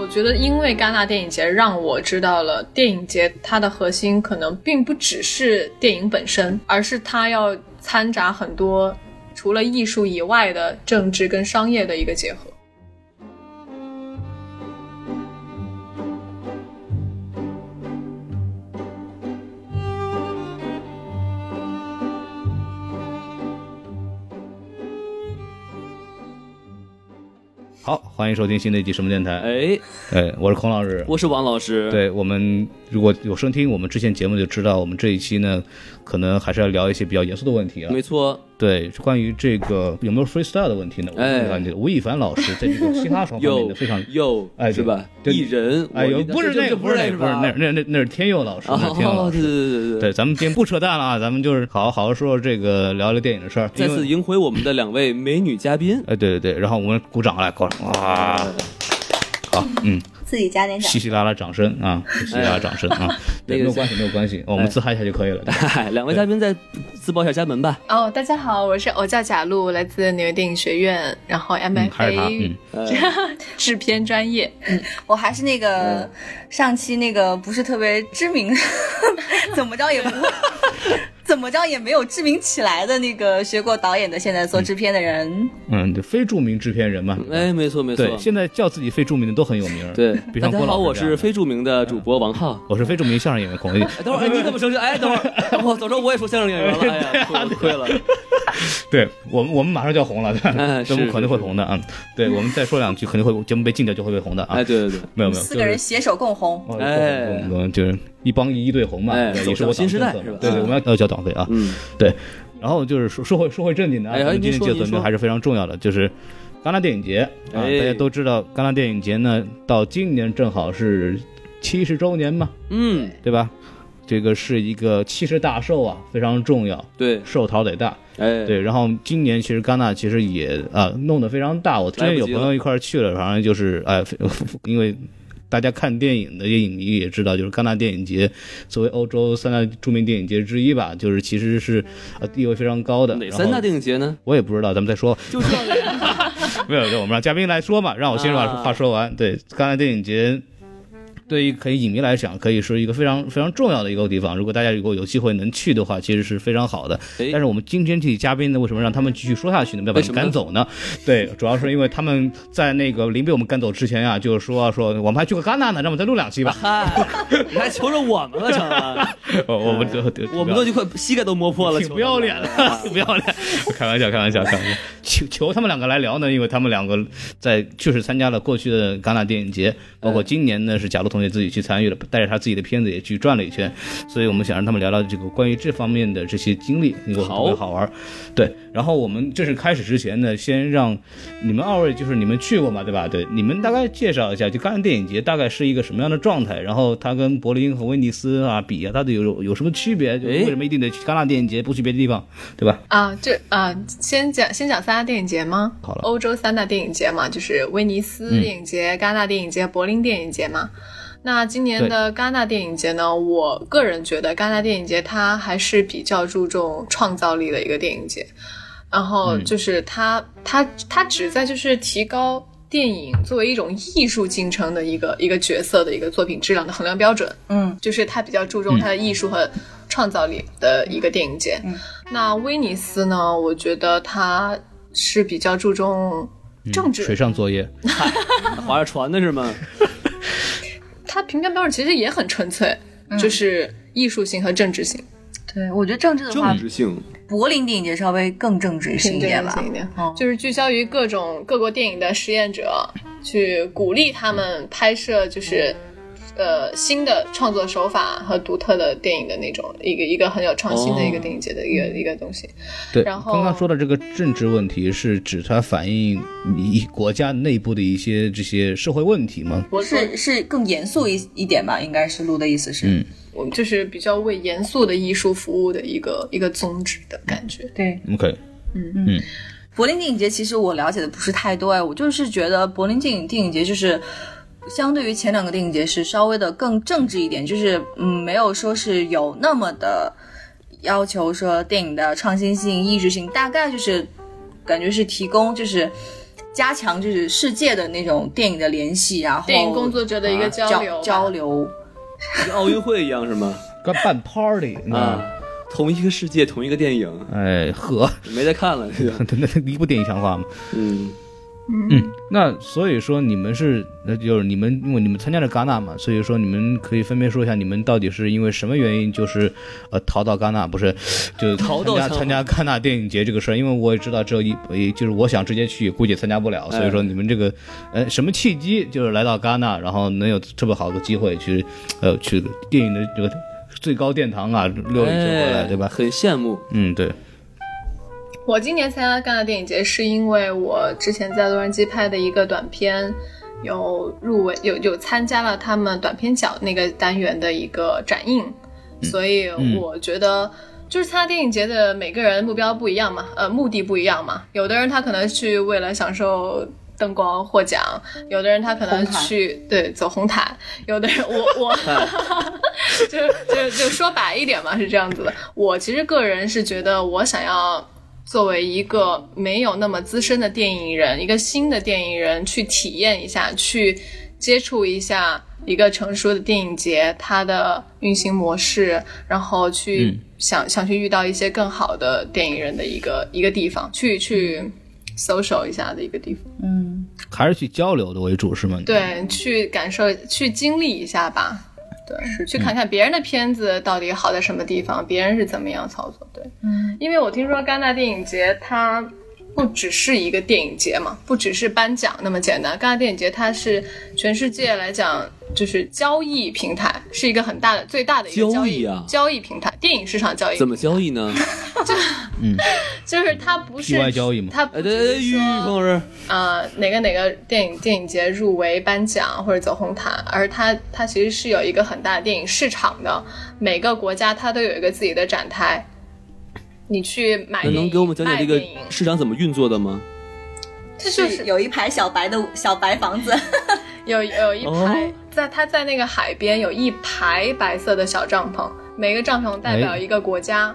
我觉得，因为戛纳电影节让我知道了电影节它的核心可能并不只是电影本身，而是它要掺杂很多除了艺术以外的政治跟商业的一个结合。好，欢迎收听新的一集什么电台？哎，哎，我是孔老师。我是王老师。，对我们如果有收听我们之前节目就知道，我们这一期呢，可能还是要聊一些比较严肃的问题啊。没错，对，关于这个有没有 freestyle 的问题呢？我哎感觉吴亦凡老师在这个嘻哈方面 又的非常。又哎是吧？对艺人，哎呦，我不是那这个，不不是那那个，个不是那吧个那那那是天佑老师，那是天佑哦，老对师。对对对，咱们先不扯淡了 啊，咱们就是好好说说这个聊聊电影的事儿。再因为次迎回我们的两位美女嘉宾。哎，对对对，然后我们鼓掌来，鼓掌啊！好，嗯，自己加点掌稀。稀拉拉掌声 啊，稀稀拉拉掌声啊，对，那个没有关哎系，没有关系，我们自嗨一下就可以了。 嗨，两位嘉宾再自报一下家门吧。哦，大家好，我是我叫贾露，来自纽约电影学院，然后嗯，还是他， MFA、嗯，呃制片专业。我还是那个上期那个不是特别知名， 怎么着也不怎么着也没有知名起来的那个学过导演的，现在做制片的人。嗯，对非著名制片人嘛，哎，没错没错对，，现在叫自己非著名的都很有名儿。对。比大方郭家好，老师我这样是的非著名的主播王浩。我是非著名相声演员孔令。哎等会儿，哎，你怎么生气？哎，等会 儿，我早知道我也说相声演员了，哎呀，我亏了。 对我们，我们马上就要红了， 对吧哎节目是可能会是红的啊。对我们再说两句，肯定会节目被禁掉就会被红的啊哎，。对对对，没有没有，四就个是人携手共红，哦哎我们就是一帮一一对红嘛，哎对走也是向我新党时代政策是吧对对，嗯我们要要交党费啊。嗯，对，然后就是说说回说回正经的啊，哎哎咱们今天您说这个您环节说还是非常重要的，就是戛纳电影节啊，哎大家都知道戛纳电影节呢，到今年正好是七十周年嘛，嗯，对吧？这个是一个七十大寿啊，非常重要，对，寿桃得大。哎，对，然后今年其实戛纳其实也啊弄得非常大，我之前有朋友一块儿去了，反正就是哎， 因为。大家看电影的这些影迷也知道，就是戛纳电影节作为欧洲三大著名电影节之一吧，就是其实是呃地位非常高的。哪然三后大电影节呢？我也不知道，咱们再 说。就这个呀，没有，就我们让嘉宾来说嘛，让我先把啊话说完。对，戛纳电影节。对于可以影迷来讲，可以是一个非常非常重要的一个地方。如果大家如果有机会能去的话，其实是非常好的。哎但是我们今天这些嘉宾呢，为什么让他们继续说下去呢？不要把为他什们么赶呢走呢？对，主要是因为他们在那个临被我们赶走之前啊，就是说说我们还去过戛纳呢，让我们再录两 期吧。嗨，你还求着我们了，成啊了。我我们就我们都就快膝盖都磨破了，挺不要脸的，求他们挺 不要脸。开玩笑，开玩笑，开玩笑。求求他们两个来聊呢，因为他们两个在确实参加了过去的戛纳电影节，包括今年呢是贾璐同学自己去参与了，带着他自己的片子也去转了一圈，所以我们想让他们聊聊这个关于这方面的这些经历，因为特别好好玩儿。对，然后我们正式开始之前呢，先让你们二位就是你们去过嘛，对吧？对，你们大概介绍一下，就戛纳电影节大概是一个什么样的状态？然后它跟柏林和威尼斯啊比啊，它的有有什么区别？就哎为什么一定得去戛纳电影节，不去别的地方，对吧？啊，这啊，先讲先讲三大电影节吗？好了欧洲三大电影节嘛，就是威尼斯嗯电影节、戛纳电影节、柏林电影节嘛。那今年的戛纳电影节呢，我个人觉得戛纳电影节它还是比较注重创造力的一个电影节，然后嗯就是它、它它旨在就是提高电影作为一种艺术进程的一个一个角色的一个作品质量的衡量标准。嗯，就是它比较注重它的艺术和创造力的一个电影节。嗯那威尼斯呢，我觉得它是比较注重政治，水上作业，划着船的是 吗？嗯它评价标准其实也很纯粹，就是艺术性和政治性。对，我觉得政治的话政，治性，柏林电影节稍微更政治性一点吧挺。一点嗯就是聚焦于各种各国电影的实验者，去鼓励他们拍摄，就是。呃，新的创作手法和独特的电影的那种一个一个很有创新的一个电影节的一个、嗯一个东西，对，然后刚刚说的这个政治问题是指它反映你国家内部的一些这些社会问题吗？我是是更严肃一一点吧，应该是路的意思是，嗯我就是比较为严肃的艺术服务的一个一个宗旨的感觉。对。 ，OK，柏林电影节其实我了解的不是太多哎，我就是觉得柏林电影电影节就是。相对于前两个电影节是稍微的更政治一点，就是嗯，没有说是有那么的要求说电影的创新性、艺术性，大概就是感觉是提供就是加强就是世界的那种电影的联系，然后电影工作者的一个哦啊交交流吧、交流，跟奥运会一样是吗？刚办 party 你知道啊吗？，同一个世界，同一个电影，哎呵，没得看了，这 个，那那一部电影像话吗？嗯，那所以说你们是，那就是你们因为你们参加了戛纳嘛，所以说你们可以分别说一下你们到底是因为什么原因，就是呃逃到戛纳不 是，就逃到参加戛纳参加戛纳电影节这个事儿，因为我也知道只有一，也就是我想直接去，估计也参加不了，所以说你们这个呃什么契机，就是来到戛纳，然后能有这么好的机会去，呃去电影的这个最高殿堂啊溜一圈回来，哎对吧？很羡慕，嗯，对，我今年参加戛纳电影节，是因为我之前在洛杉矶拍的一个短片，有入围，有有参加了他们短片奖那个单元的一个展映，所以我觉得。就是参加电影节的每个人目标不一样嘛，呃，目的不一样嘛。有的人他可能去为了享受灯光获奖，有的人他可能红毯去对走红毯，有的人我 我 就是就是就说白一点嘛，是这样子的。我其实个人是觉得，我想要作为一个没有那么资深的电影人，一个新的电影人去体验一下，去接触一下一个成熟的电影节它的运行模式，然后嗯去想、想去遇到一些更好的电影人的一个一个地方，去去 social 一下的一个地方。嗯，还是去交流的为主是吗？，哦对，去感受、去经历一下吧。对，嗯去看看别人的片子到底好在什么地方，别人是怎么样操作。对，嗯，因为我听说戛纳电影节它不只是一个电影节嘛，不只是颁奖那么简单。戛纳电影节它是全世界来讲就是交易平台，是一个很大的、最大的一个交交易啊交易平台，电影市场交易，怎么交易呢？就是它不是 PY 交易嘛它哎，不对对，是于于说冯老师，呃哪个哪个电影电影节入围颁奖或者走红毯，而它它其实是有一个很大的电影市场的，每个国家它都有一个自己的展台，你去买那电影能给我们讲解卖这个电影市场怎么运作的吗？ 这就是有一排小白的小白房 子，有有一排，哦在它在那个海边有一排白色的小帐篷，每个帐篷代表哎一个国家，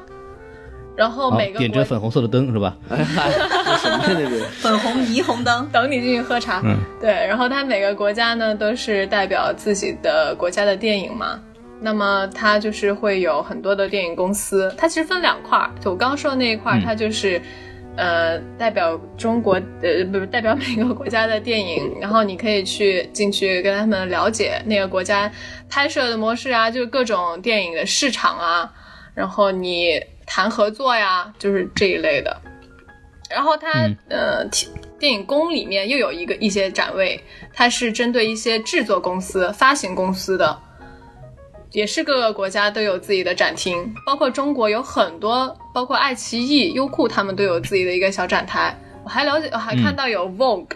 然后好每，个点国着粉红色的灯是吧？哎嗨，那什么呀那个？粉红霓虹灯，等你进去喝茶。嗯对，然后它每个国家呢都是代表自己的国家的电影嘛。那么它就是会有很多的电影公司，它其实分两块儿，就我刚刚说的那一块儿，嗯它就是。呃，代表中国，呃，不是代表每个国家的电 影，然后你可以去进去跟他们了解那个国家拍摄的模式啊，就是各种电影的市场啊，然后你谈合作呀，就是这一类的。然后它、嗯呃，提电影宫里面又有一个一些展位，它是针对一些制作公司、发行公司的，也是各个国家都有自己的展厅，包括中国有很多，包括爱奇艺、优酷他们都有自己的一个小展台。我还了解，我还看到有 Vogue、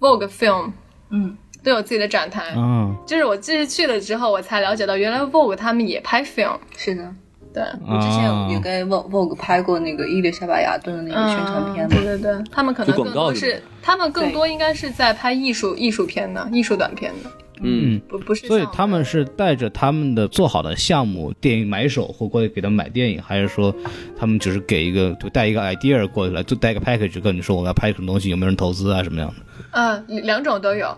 Vogue Film 嗯，都有自己的展台。啊，就是我这次去了之后，我才了解到原来 Vogue 他们也拍 film。是的，对，我之前啊有有跟 Vogue Vogue 拍过那个伊丽莎白雅顿的那个宣传片嗯嘛对，对对，他们可能就更广告多是是吗，他们更多应该是在拍艺术艺术片的、艺术短片的，嗯，不不是像我。所以他们是带着他们的做好的项目，电影买手或过来给他们买电影，还是说他们只是给一个就带一个 idea 过来，就带一个 package 跟你说我要拍什么东西，有没有人投资啊什么样的？呃，两种都有。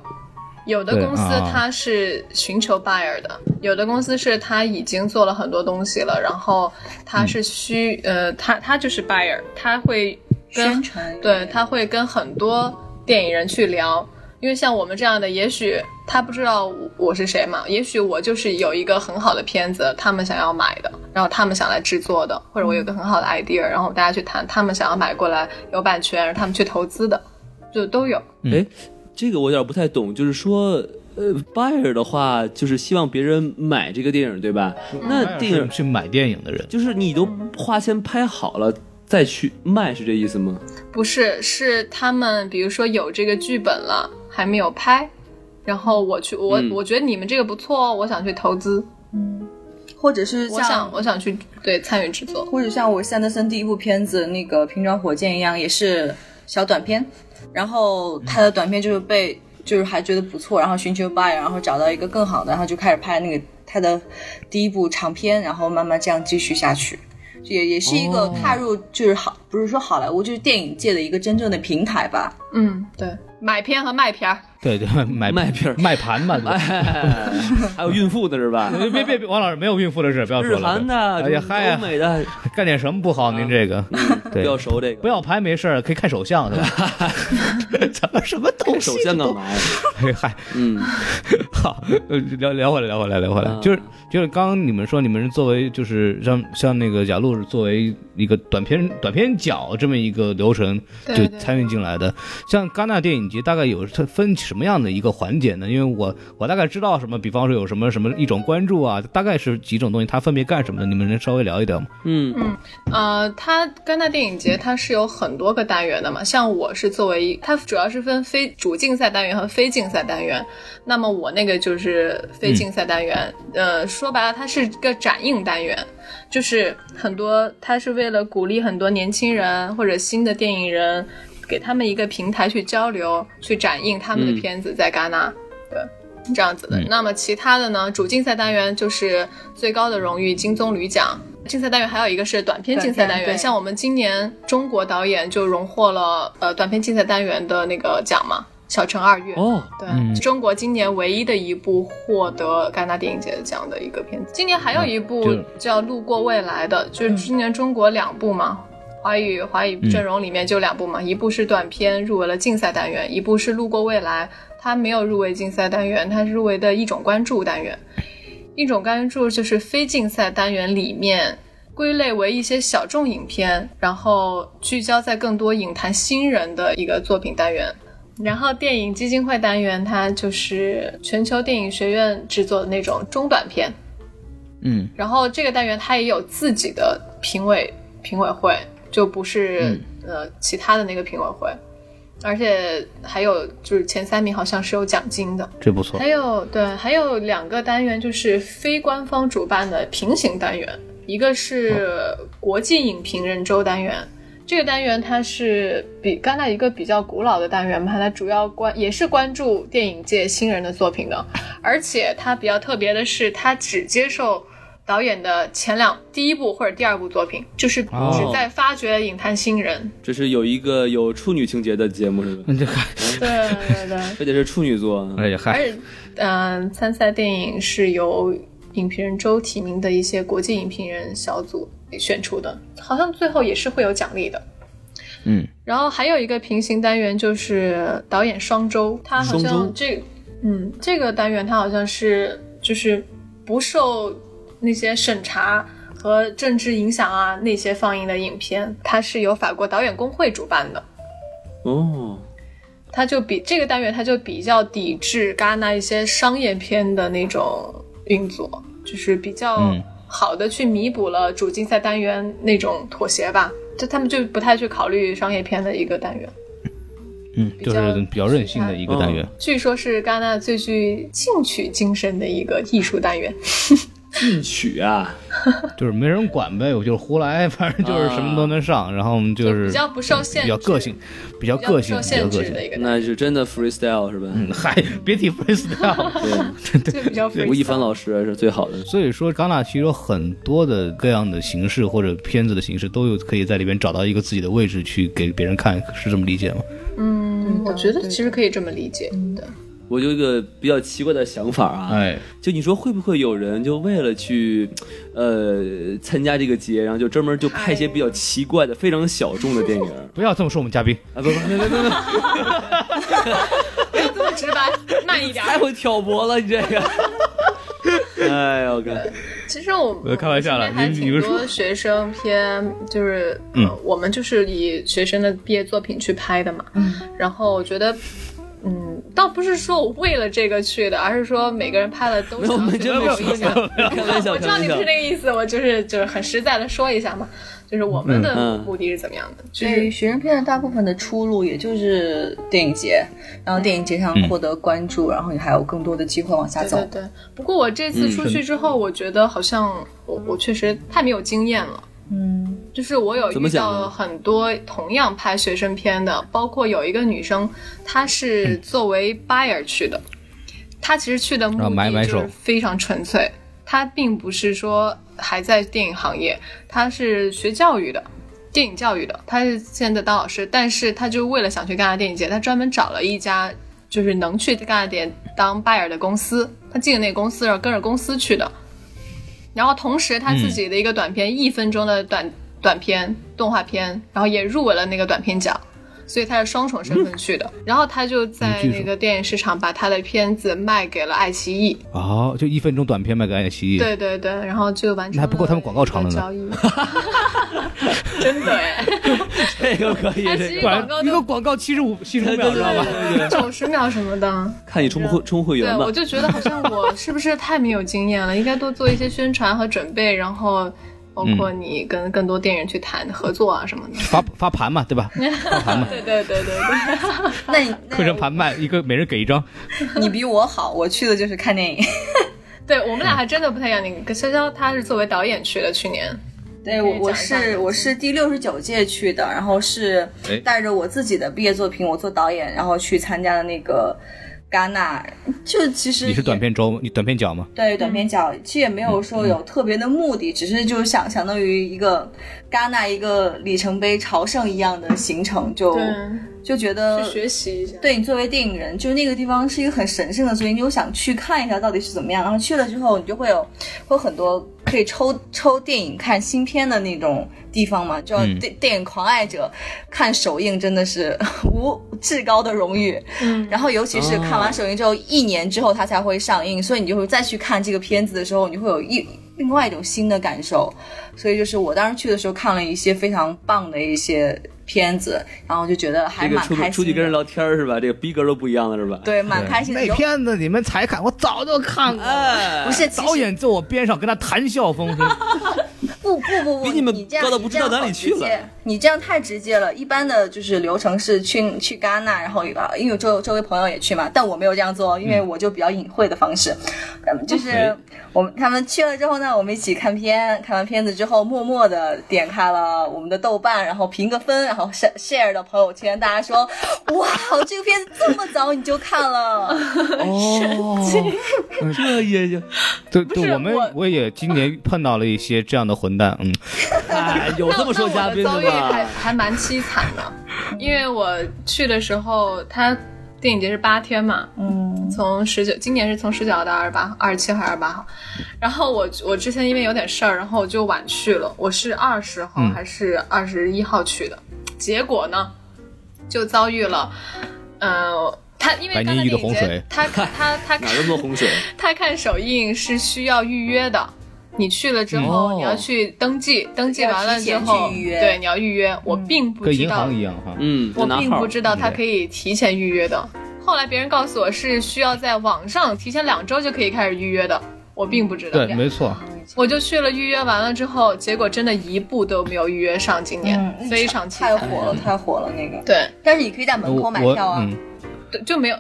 有的对公司啊它是寻求 buyer 的，有的公司是它已经做了很多东西了，然后它是需、呃，它它就是 buyer，它会跟宣传对，他会跟很多电影人去聊，因为像我们这样的，也许他不知道我是谁嘛，也许我就是有一个很好的片子，他们想要买的，然后他们想来制作的，或者我有个很好的 idea，然后大家去谈，他们想要买过来有版权，让他们去投资的，就都有。哎，这个我有点不太懂，就是说。呃，buyer 的话就是希望别人买这个电影，对吧？那电影去买电影的 人，就是你都花钱拍好了再去卖，是这意思吗？不是，是他们比如说有这个剧本了，还没有拍，然后我去，我、嗯我觉得你们这个不错哦，我想去投资，或者是我像想我想去对参与制作。或者像我三德森第一部片子那个《平壤火箭》一样，也是小短片，然后他的短片就是被就是还觉得不错，然后寻求 buyer，然后找到一个更好的，然后就开始拍那个他的第一部长片，然后慢慢这样继续下去。也也是一个哦踏入，就是好，不是说好莱坞，就是电影界的一个真正的平台吧。嗯，对，买片和卖片儿，对对，买卖片儿 卖盘嘛，对吧哎， 还有孕妇呢，是吧？别别别，王老师没有孕妇的事，不要说日了。韩的、哎哎呀嗨欧呀，美的，干点什么不好？您这个，不对，要熟这个，不要盘没事儿，可以看手相，对吧？ 咱们什么东西手都相 啊 干嘛呀？哎嗨，嗯，好，呃聊聊回来，聊回来，聊回来，啊就是就是刚刚你们说你们是作为就是像像那个贾璐是作为一个短片短片角这么一个流程对就对对参与进来的，像戛纳电影节大概有它分什么样的一个环节呢？因为我我大概知道什么，比方说有什么什么一种关注啊，大概是几种东西，它分别干什么的？你们能稍微聊一聊吗？嗯，呃，它戛纳电影节它是有很多个单元的嘛，像我是作为一，它主要是分非主竞赛单元和非竞赛单元，那么我那个就是非竞赛单元，呃，说白了它是个展映单元，就是很多它是为了鼓励很多年轻人或者新的电影人，给他们一个平台去交流，去展映他们的嗯片子在戛纳。这样子的嗯。那么其他的呢？主竞赛单元就是最高的荣誉金棕榈奖。竞赛单元还有一个是短片竞赛单短片元，对像我们今年中国导演就荣获了呃短片竞赛单元的那个奖嘛，《小城二月》。哦，对，嗯中国今年唯一的一部获得戛纳电影节奖的一个片子。今年还有一部嗯叫《路过未来》的，就是今年中国两部嘛。华语华语阵容里面就两部嗯嘛，一部是短片入围了竞赛单元，一部是《路过未来》，它没有入围竞赛单元，它是入围的一种关注单元。一种关注就是非竞赛单元里面归类为一些小众影片，然后聚焦在更多影坛新人的一个作品单元。然后电影基金会单元，它就是全球电影学院制作的那种中短片。嗯，然后这个单元它也有自己的评委评委会，就不是、呃其他的那个评委会，而且还有就是前三名好像是有奖金的。这不错还，有对，还有两个单元就是非官方主办的平行单元，一个是国际影评人周单元。这个单元它是比戛纳一个比较古老的单元嘛，它主要关也是关注电影界新人的作品的，而且它比较特别的是，它只接受导演的前两第一部或者第二部作品，就是只在发掘影坛新人。这是有一个有处女情节的节目，是吧？那嗯这还对对对，而且是处女座，哎呀而嗨，且，嗯、参赛电影是由影评人周提名的一些国际影评人小组选出的，好像最后也是会有奖励的。嗯，然后还有一个平行单元就是导演双周，他好双周像这，嗯，这个单元它好像是就是不受那些审查和政治影响啊那些放映的影片，它是由法国导演工会主办的。哦，它就比这个单元，它就比较抵制戛纳一些商业片的那种运作，就是比较嗯好的去弥补了主竞赛单元那种妥协吧。就他们就不太去考虑商业片的一个单元，嗯，比就较是比较任性的一个单元。据说是戛纳最具进取精神的一个艺术单元。进取啊，就是没人管呗，我就是胡来， 反正就是什么都能上，然后我们就是啊比较不受限制比较个性，比较比较个不性，受比较限个制性的。一个单元，那是真的 freestyle 是吧？嗯嗨， 别 提 freestyle。 对，就比较吴亦 free 凡老师是最好的。所以说，戛纳其实有很多的各样的形式或者片子的形式，都有可以在里边找到一个自己的位置去给别人看，是这么理解吗？嗯，我觉得其实可以这么理解。对， 我有一个比较奇怪的想法啊，哎，就你说会不会有人就为了去，呃，参加这个节，然后就专门就拍一些比较奇怪的、非常小众的电影不要这么说我们嘉宾，啊？不不不不不不，要这么直白，慢一点。太会挑拨了，你这个。 哎呦我看，其实我呃开玩笑我了身边还你你们挺说多学生偏就是，嗯呃我们就是以学生的毕业作品去拍的嘛。嗯然后我觉得，嗯，倒不是说我为了这个去的，而是说每个人拍的都没有，我想要们真没有说意笑，思。开玩笑，我开知道玩你笑不是。那个意思，我就是就是很实在的说一下嘛，就是我们的嗯目的是怎么样的，就对于是学生片的大部分的出路，也就是电影节，然后电影节上嗯获得关注，然后你还有更多的机会往下对走对。对。不过我这次出去之后，我觉得好像我我确实太没有经验了。嗯，就是我有怎么遇讲到呢很多同样拍学生片的，包括有一个女生，她是作为 buyer 去的，她其实去的目啊买买的就手是非常纯粹，她并不是说还在电影行业，她是学教育的。电影教育的，她是现在当老师，但是她就为了想去戛纳电影节，她专门找了一家就是能去戛纳电当 buyer 的公司，她进了那个公司，然后跟着公司去的，然后同时他嗯自己的一个短片，一分钟的短短片动画片，然后也入围了那个短片奖，所以他是双重身份去嗯的。然后他就在嗯技术那个电影市场把他的片子卖给了爱奇艺，哦，就一分钟短片卖给爱奇艺，对对对，然后就完成嗯那还不够他们广告长的呢了一个交易， 真的哎，这 个可以，爱奇艺这个广管告一都个广告七十五七十五秒，知道吧？ 九十秒什么的。看你充不会充会对员，吧我。就觉得好像我是不是太没有经验了，应该多做一些宣传和准备，然后包括你跟更多电影去谈合作啊什么的。发 发盘嘛，对吧？发盘 嘛，对对对对对。那你刻成盘卖，一个每人给一张。那 你比我好，我去的就是看 电影。对我们俩还真的不太一样。你跟潇潇他是作为导演去的，去年对，我讲我一是下我是第六十九届去的，然后是哎带着我自己的毕业作品，我做导演，然后去参加的那个戛纳。就其实你是也短片嗯周，你短片角吗？对嗯短片角，其实也没有说有特别的目的，只是就是想相当于一个戛纳一个里程碑朝圣一样的行程，就就觉得去学习一下。对你作为电影人，就是那个地方是一个很神圣的，所以你就想去看一下到底是怎么样。然后去了之后，你就会有会有很多可以抽抽电影看新片的那种地方嘛，就要嗯电、电影狂爱者看首映真的是 无至高的荣誉。嗯，然后尤其是哦看完首映之后，一年之后它才会上映，所以你就会再去看这个片子的时候，你会有一另外一种新的感受。所以就是我当时去的时候看了一些非常棒的一些片子，然后就觉得这还个蛮出开心的。出去跟人聊天儿是吧？这个逼格都不一样了是吧？对，蛮开心的。有片子你们才看，我早就看过。哎，不是其实导演坐我边上，跟他谈笑风生。不不不不，比你们这样高到不知道哪里去了你这样好直接你这样太直接了。一般的就是流程是去去戛纳，然后啊因为我周周围朋友也去嘛，但我没有这样做，因为嗯我就比较隐晦的方式，嗯、就是哎我们他们去了之后呢，我们一起看片，看完片子之后，默默的点开了我们的豆瓣，然后评个分，然后 share share 到朋友圈，大家说哇，这个片子这么早你就看了， 哦，这也就 对对，是我们我我也今年碰到了一些这样的混蛋，嗯，哎，有这么说嘉宾那我的的遭遇还吧？还蛮凄惨 的，因为我去的时候，他电影节是八天嘛，嗯，从十九，今年是从十九到二十八，二十七还是二十八号？然后我我之前因为有点事儿，然后我就晚去了，我是二十号嗯还是二十一号去的，结果呢，就遭遇了，呃，他因为百刚年才一遇的电影洪节水 他他他他哪那么多洪 水？他看首映是需要预约的，你去了之后、哦嗯你要去登记，登记完了之哦要后提前去预约嗯对你要预约。我并不跟知银道，行一样哈。嗯，我拿并号不知道他对可以提前预约的。后来别人告诉我是需要在网上提前两周就可以开始预约的，我并不知道对，。没错，我就去了，预约完了之后，结果真的一部都没有预约上，今年、嗯非常嗯凄太惨。火了，太火了那个。对但是你可以在门口我买我票啊。嗯 对，就没有。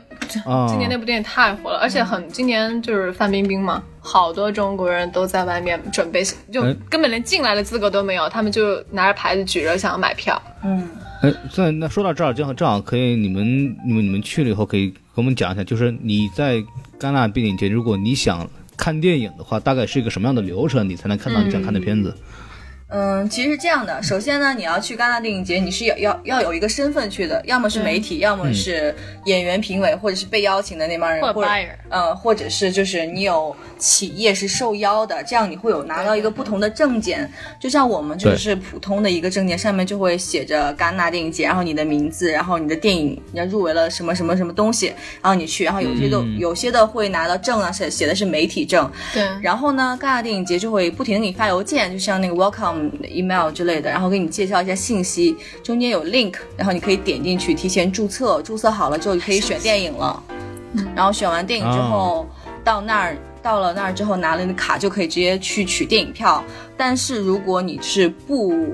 啊，今年那部电影太火了，而且很，今年就是范冰冰嘛，好多中国人都在外面准备，就哎根本连进来的资格都没有，他们就拿着牌子举着想要买票。嗯，哎，在那说到这儿，正好正好可以，你们你们你们去了以后，可以给我们讲一下，就是你在戛纳电影节，如果你想看电影的话，大概是一个什么样的流程，你才能看到你想看的片子？嗯，其实是这样的。首先呢，你要去戛纳电影节，你是要要要有一个身份去的，要么是媒体，要么是演员、评委，或者是被邀请的那帮人，或者或者 buyer 呃，或者是就是你有企业是受邀的，这样你会有拿到一个不同的证件。就像我们就对是普通的一个证件，上面就会写着戛纳电影节，然后你的名字，然后你的电影要入围了什么什么什么东西，然后你去，然后有些的、有些的会拿到证啊，写写的是媒体证，对，然后呢，戛纳电影节就会不停的给你发邮件，就像那个 welcome email 之类的，然后给你介绍一下信息，中间有 link，然后你可以点进去，提前注册，注册好了之后就可以选电影了。然后选完电影之后，到那儿到了那儿之后拿了你的卡就可以直接去取电影票。但是如果你是不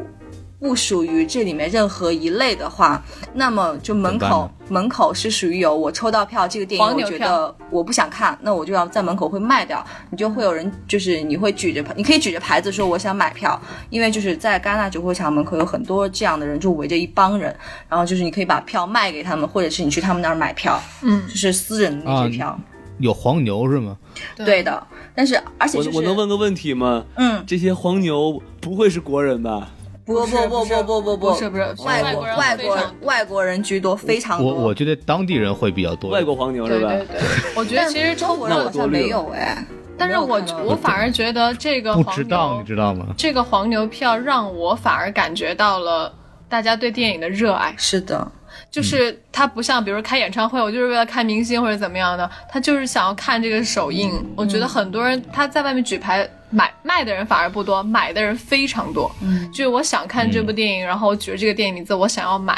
不属于这里面任何一类的话，那么就门怎么办口呢门口是属于有我抽到票，这个电影黄我牛觉票得我不想看，那我就要在门口会卖掉，你就会有人就是你会举着牌，你可以举着牌子说我想买票，因为就是在戛纳酒会场门口有很多这样的人，就围着一帮人，然后就是你可以把票卖给他们，或者是你去他们那儿买票，嗯就，是私人的那些啊票。有黄牛是吗？对，的，但是而且我就是我能问个问题吗？嗯，这些黄牛不会是国人吧？不不不不不不不是不是外国人外非国常外国人居多，非常多。我我觉得当地人会比较多。外国黄牛对是吧？对对，我觉得但其实中中国国人那人好我像多虑没了有哎，但是我没有看到我反而觉得这个不黄值当，牛你知道吗？这个黄牛票让我反而感觉到了大家对电影的热爱，是的，就是它不像比如开演唱会，我就是为了看明星或者怎么样的，他就是想要看这个首映。我觉得很多人他在外面举牌买卖的人反而不多，买的人非常多。嗯，就是我想看这部电影，然后我举着这个电影名字，我想要买，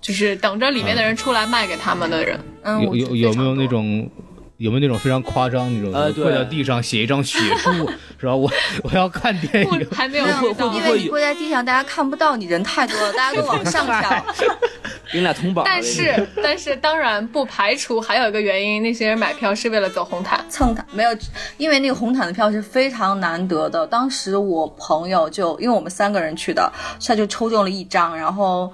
就是等着里面的人出来卖给他们的人。嗯，有我觉得有有非没有常多那？种有没有那种非常夸张那种呃对跪到地上写一张血书， 是吧？我我要看电不影，还没有没有遇到会因不会为你有跪在地上，大家看不到你，人太多了，大家都往上跳。给你俩同榜了。但是，但是，当然不排除还有一个原因，那些人买票是为了走红毯。蹭毯没有，因为那个红毯的票是非常难得的。当时我朋友就因为我们三个人去的，他就抽中了一张，然后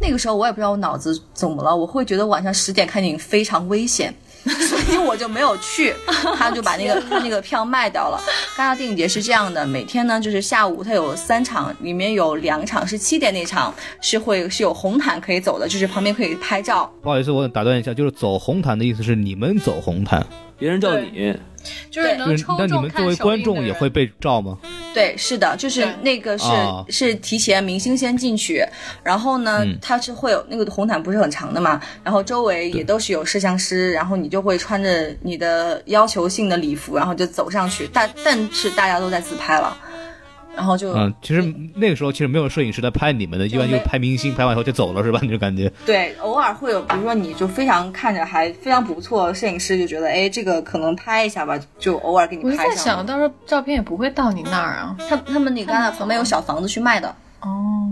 那个时候我也不知道我脑子怎么了，我会觉得晚上十点看电影非常危险。 所以我就没有去，他就把那个他那个票卖掉了。戛纳电影节是这样的，每天呢就是下午它有三场，里面有两场是七点那场是会是有红毯可以走的，就是旁边可以拍照，不好意思，我打断一下，就是走红毯的意思是你们走红毯，别人叫你，就是对就能是抽那你中们看作为首观映众的也人会被照吗？对，是的，就是对那个是、啊是提前明星先进去，然后呢，嗯它是会有那个红毯不是很长的嘛，然后周围也都是有摄像师，然后你就会穿着你的要求性的礼服，然后就走上去，但但是大家都在自拍了，然后就、嗯，其实那个时候其实没有摄影师来拍你们的，一般就没嗯是拍明星，拍完以后就走了，是吧？你就感觉对，偶尔会有，比如说你就非常看着还非常不错，摄影师就觉得哎这个可能拍一下吧，就偶尔给你我就拍在一下想，。到时候照片也不会到你那儿啊。他他们那个戛纳旁边有小房子去卖的，哦，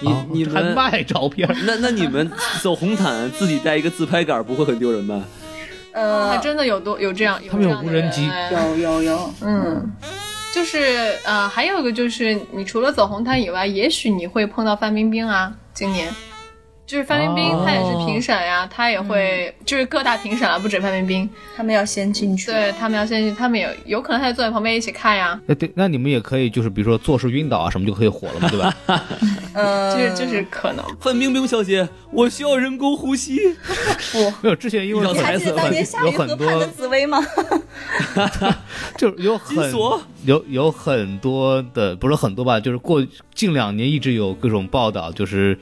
你啊你还们卖照片， 那那你们走红毯自己带一个自拍杆，不会很丢人吧？呃哦还，真的有多有这样，嗯他们有有这样的无人人机哎有有有，嗯，就是呃，还有一个就是，你除了走红毯以外，也许你会碰到范冰冰啊，今年。就是范冰冰，哦嗯她也是评审呀、她也会、就是各大评审啊，不止范冰冰，他们要先进去。对他们要先去，他们也有可能还坐在旁边一起看呀、那呃对，那你们也可以就是比如说做事晕倒啊什么就可以火了嘛，对吧？呃，就是就是嗯可能，范冰冰小姐，我需要人工呼吸。 没有，之前因为你你还还白记色的得当年很夏有雨荷很判的多紫 薇吗？就是有金很锁有有很多的，不是很多吧，就是过近两年一直有各种报道，就是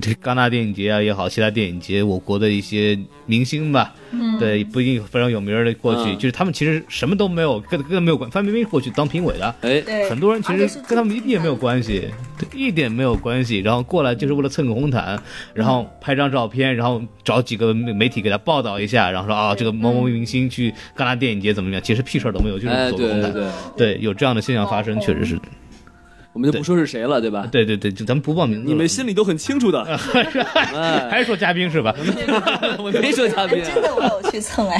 这戛纳电影节啊也好，其他电影节，我国的一些明星吧，嗯、对，不一定非常有名儿的过去，嗯就是他们其实什么都没有，跟跟没有关，范冰冰过去当评委的。哎，对很多人其而且实是跟他们自一己点没有看关系，对一点没有关系。然后过来就是为了蹭个红毯，嗯然后拍张照片，然后找几个媒媒体给他报道一下，然后说啊，这个某嗯某明星去戛纳电影节怎么样？其实屁事儿都没有，就是哎，走对个红对毯。对，对，有这样的现象发生，哦确实是。我们就不说是谁了，对吧？对对对，就咱们不报名字了。你们心里都很清楚的。哎， 还是说嘉宾是吧？我没说嘉宾啊，哎真的，我有去蹭哎。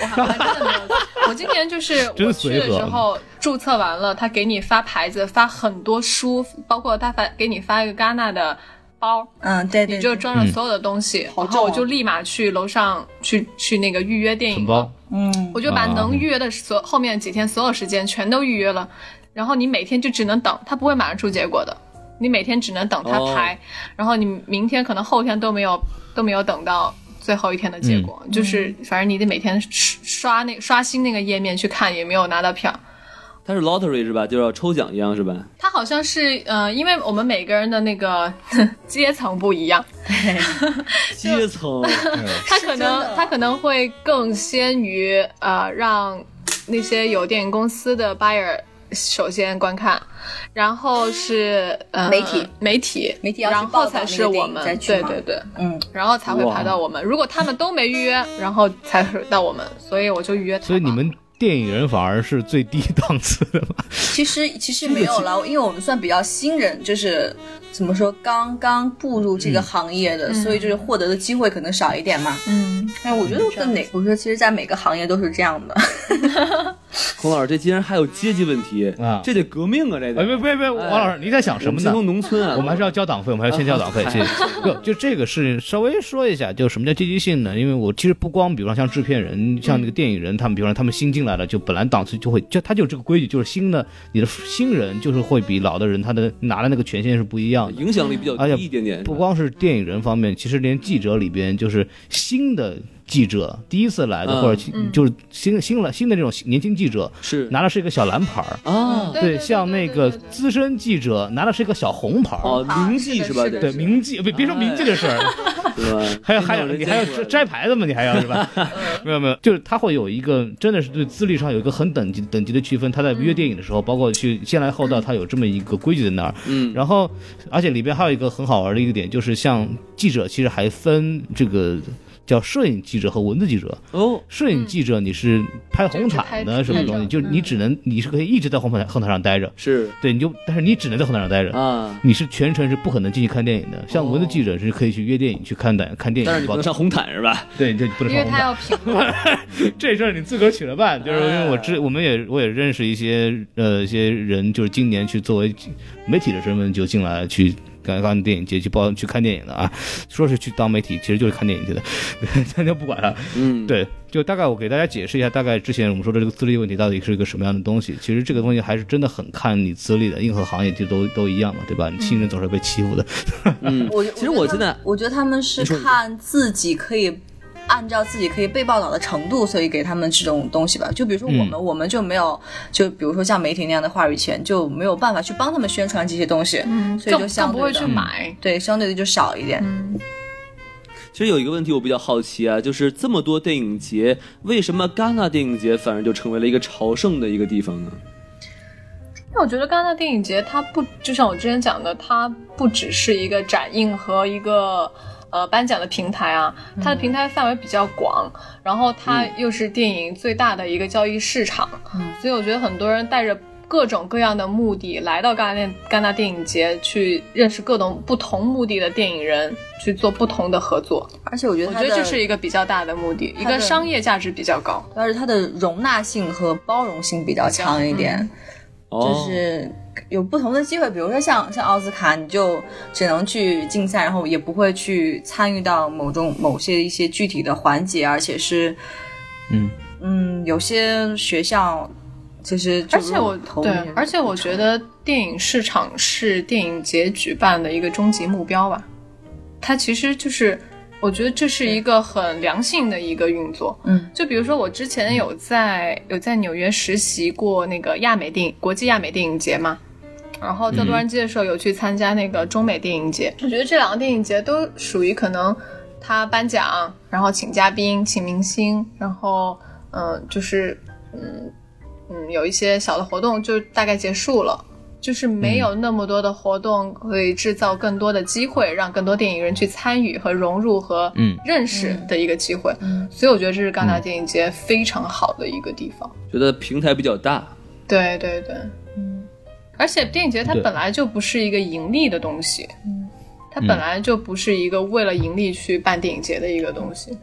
我还我还真的没有。我今年 就是我真去随的和时候注册完了，他给你发牌子，发很多书，包括他发给你发一个戛纳的包， 嗯，对对，你就装上所有的东西，好然重后我啊就立马去楼上去去那个预约电很影了包，嗯，我就把啊能预约的所后面几天所有时间全都预约了。然后你每天就只能等，他不会马上出结果的。你每天只能等哦他拍，然后你明天可能后天都没有都没有等到最后一天的结嗯果，嗯就是反正你得每天刷刷那刷新那个页面去看，也没有拿到票。它是 lottery 是吧？就要抽奖一样是吧？它好像是呃，因为我们每个人的那个 阶层不一样， 阶 层他可是真的能他可能会更先于呃让那些有电影公司的 buyer 首先观看，然后是呃媒体媒体媒体要去然报后道才那个是我电影们再去对嘛对对，嗯，然后才会哇排到我们。如果他们都没预约，然后才是到我们，所以我就预约他吧。所以你们电影人反而是最低档次的嘛？其实其实没有 了，因为我们算比较新人，就是怎么说，刚刚步入这个行业的，所以就是获得的机会可能少一点嘛。嗯，但是我觉得跟哪，我觉得其实，在每个行业都是这样的。孔老师，这竟然还有阶级问题啊这得革命啊！这哎，得别别别，王老师你在想什么呢我们先？从农村啊，我们还是要交党费，我们还是先交党费。啊谢谢。 不， 就这个是稍微说一下，就什么叫积极性呢？因为我其实不光，比方像制片人、像那个电影人，他们，比方说他们新进来了，就本来档次就会，就他就这个规矩，就是新的你的新人就是会比老的人他的拿的那个权限是不一样的。啊影响力比较而且低一点点，哎不光是电影人方面，其实连记者里边就是新的记者，第一次来的、嗯或者就是新新来新的这种年轻记者，是拿的嗯是一个小蓝牌儿。啊，对对像那个嗯对对对资深记者拿的是一个小红牌儿。哦，铭记是吧？是的哎对，得铭记，别别说铭记的事儿，对吧？还有还有人你还要见过摘来摘牌子吗？你还要是 吧？没有没有，就是他会有一个真的是对资历上有一个很等级等级的区分。他在约电影的时候，包括去先来后到，他有这么一个规矩在那儿。嗯，然后而且里边还有一个很好玩的一个点，就是像记者其实还分这个。叫摄影记者和文字记者，哦，摄影记者你是拍红毯的嗯什么东西，就就是你只嗯能你是可以一直在红毯红毯上待着，是对，你就但是你只能在红毯上待着，啊，你是全程是不可能进去看电影的。像文字记者是可以去约电影去看的，看电影但的是你不报能道。上红毯是吧？对，你就不能因上为红他啊毯。要评这事儿你自个儿取了办，就是因为我知，我们也我也认识一些呃一些人，就是今年去作为媒体的身份就进来去。干干电影节去报去看电影的啊，说是去当媒体，其实就是看电影去的， 咱就不管了。嗯，对，就大概我给大家解释一下，大概之前我们说的这个资历问题到底是一个什么样的东西。其实这个东西还是真的很看你资历的，任何行业就都都一样嘛，对吧？你新人总是被欺负的， 嗯，我其实我觉现得他在们我觉得他们是看自己可以。按照自己可以被报道的程度，所以给他们这种东西吧。就比如说我们，嗯我们就没有，就比如说像媒体那样的话语权，就没有办法去帮他们宣传这些东西，嗯，所以就更相更对不会的去嗯买。对，相对的就少一点。其实有一个问题我比较好奇啊，就是这么多电影节，为什么戛纳电影节反而就成为了一个朝圣的一个地方呢？那我觉得戛纳电影节它不，就像我之前讲的，它不只是一个展映和一个呃颁奖的平台啊，它的平台范围比较广，然后它又是电影最大的一个交易市场，嗯所以我觉得很多人带着。各种各样的目的来到戛纳戛纳电影节，去认识各种不同目的的电影人，去做不同的合作。而且我觉得我它觉的，得这是一个比较大的目的，一它的个商业价值比较高。而且它的容纳性和包容性比较强一嗯点。就哦，是有不同的机会，比如说像像奥斯卡，你就只能去竞赛，然后也不会去参与到某种某些一些具体的环节，而且是嗯嗯，有些学校其实就而且我投对那些，而且我觉得电影市场是电影节举办的一个终极目标吧。它其实就是，我觉得这是一个很良性的一个运作。嗯就比如说我之前有在有在纽约实习过那个亚美电影国际亚美电影节嘛，然后在洛嗯杉矶的时候有去参加那个中美电影节。我觉得这两个电影节都属于可能他颁奖，然后请嘉宾、请明星，然后嗯、呃就是嗯嗯有一些小的活动就大概结束了。就是没有那么多的活动，会制造更多的机会，让更多电影人去参与和融入和嗯认识的一个机会。嗯，所以我觉得这是戛纳电影节非常好的一个地方。觉得平台比较大，对对对，而且电影节它对本来就不是一个盈利的东西，它本来就不是一个为了盈利去办电影节的一个东西。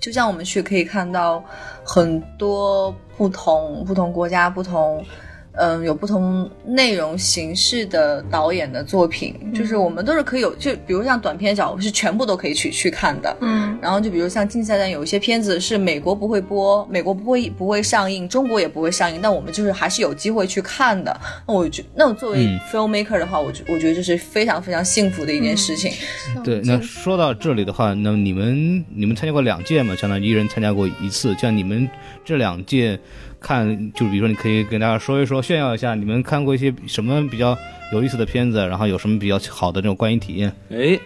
就像我们去可以看到很多不同不同国家不同。嗯，有不同内容形式的导演的作品，就是嗯我们都是可以有，就比如像短片角，我们是全部都可以去去看的。嗯，然后就比如像竞赛站，有一些片子是美国不会播，美国不会不会上映，中国也不会上映，但我们就是还是有机会去看的。那我觉，那我作为嗯 filmmaker 的话，我觉我觉得这是非常非常幸福的一件事情。嗯对，那说到这里的话，那你们你们参加过两届嘛？相当于一人参加过一次。像你们这两届看，就是比如说，你可以跟大家说一说，炫耀一下，你们看过一些什么比较有意思的片子，然后有什么比较好的这种观影体验。哎，